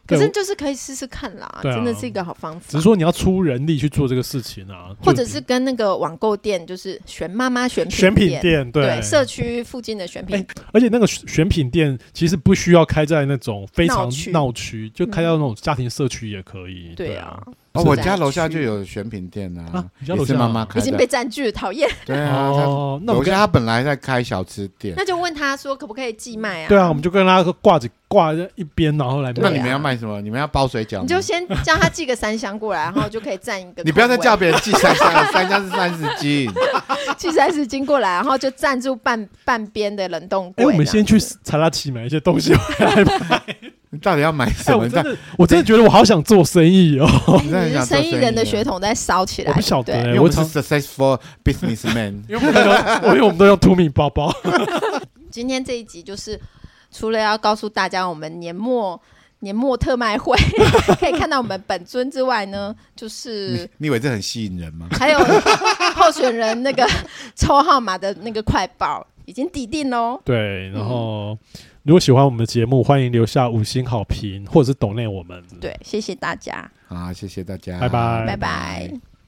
A: 可
B: 对，
A: 是
B: 我
A: 就是可以试试看啦，
B: 对啊
A: 真的是一个好方
B: 只
A: 法
B: 是。说你要出人力去做这个事情啊，
A: 或
B: 就
A: 者是跟那个网购店，就是选妈妈选
B: 选品
A: 店，
B: 店，
A: 对
B: 对，
A: 社区附近的选品
B: 哎而且那个选选品店其实不需要开在那种非常
A: 闹区嗯
B: 闹区，就开到那种家庭社区也可以。
A: 对
B: 啊
A: 啊，，
C: 哦，
A: 是
C: 我
A: 在
C: 家楼下
A: 区
C: 就有选品店啊
B: 啊，你家楼
C: 也是
B: 下
C: 妈
B: 啊
C: 妈开
A: 已
C: 的
A: 经。被占据了，讨厌。
C: 对啊，他
B: 哦，那我
C: 楼
B: 们
C: 下他本来在开小吃店，
A: 那就问他说可不可以寄卖啊？
B: 对啊，我们就跟他挂着挂在一边，然后来
A: 对
B: 卖。
C: 那你
A: 啊
C: 们要卖什么？你们要包水饺吗？
A: 你就先叫他寄个三箱过来，然后就可以占一个。
C: 你不要再叫别人寄三箱了，三箱是三十斤。 (laughs)
A: 寄三十斤过来，然后就占住半半边的冷冻
B: 哎、
A: 柜。
B: 我们先去
A: 这样子
B: 查拉奇买一些东西回来吧。
C: 你到底要
B: (laughs)
C: 买
B: 哎、
C: 什
B: 我
C: 么？
B: 真的，我真的觉得我好想做生意哦。
C: 你真的
A: 你
C: 想
A: 是
C: 做
A: 生意人的
C: 生意啊
A: 血统在烧起来。
B: 我不晓得
A: 对
B: 哎
C: 因为我
B: 我
C: 们
B: 常
C: 是 successful businessman，
B: (laughs) 因为我们都 (laughs) 我因为我们都用 t o m 包包，
A: 今天这一集就是除了要告诉大家我们年末年末特卖会 (laughs) 可以看到我们本尊之外呢，就是
C: 你你以为这很吸引人吗？
A: 还有 (laughs) 候选人那
B: (laughs)
A: 个抽号码的那个快报已经抵定喽。
B: 对。然
A: 嗯
B: 后，如果喜欢我们的节目，欢迎留下五星好评，或者是抖内我们。
A: 对，谢谢大家，
C: 好，谢谢大家，
B: 拜拜
A: 拜拜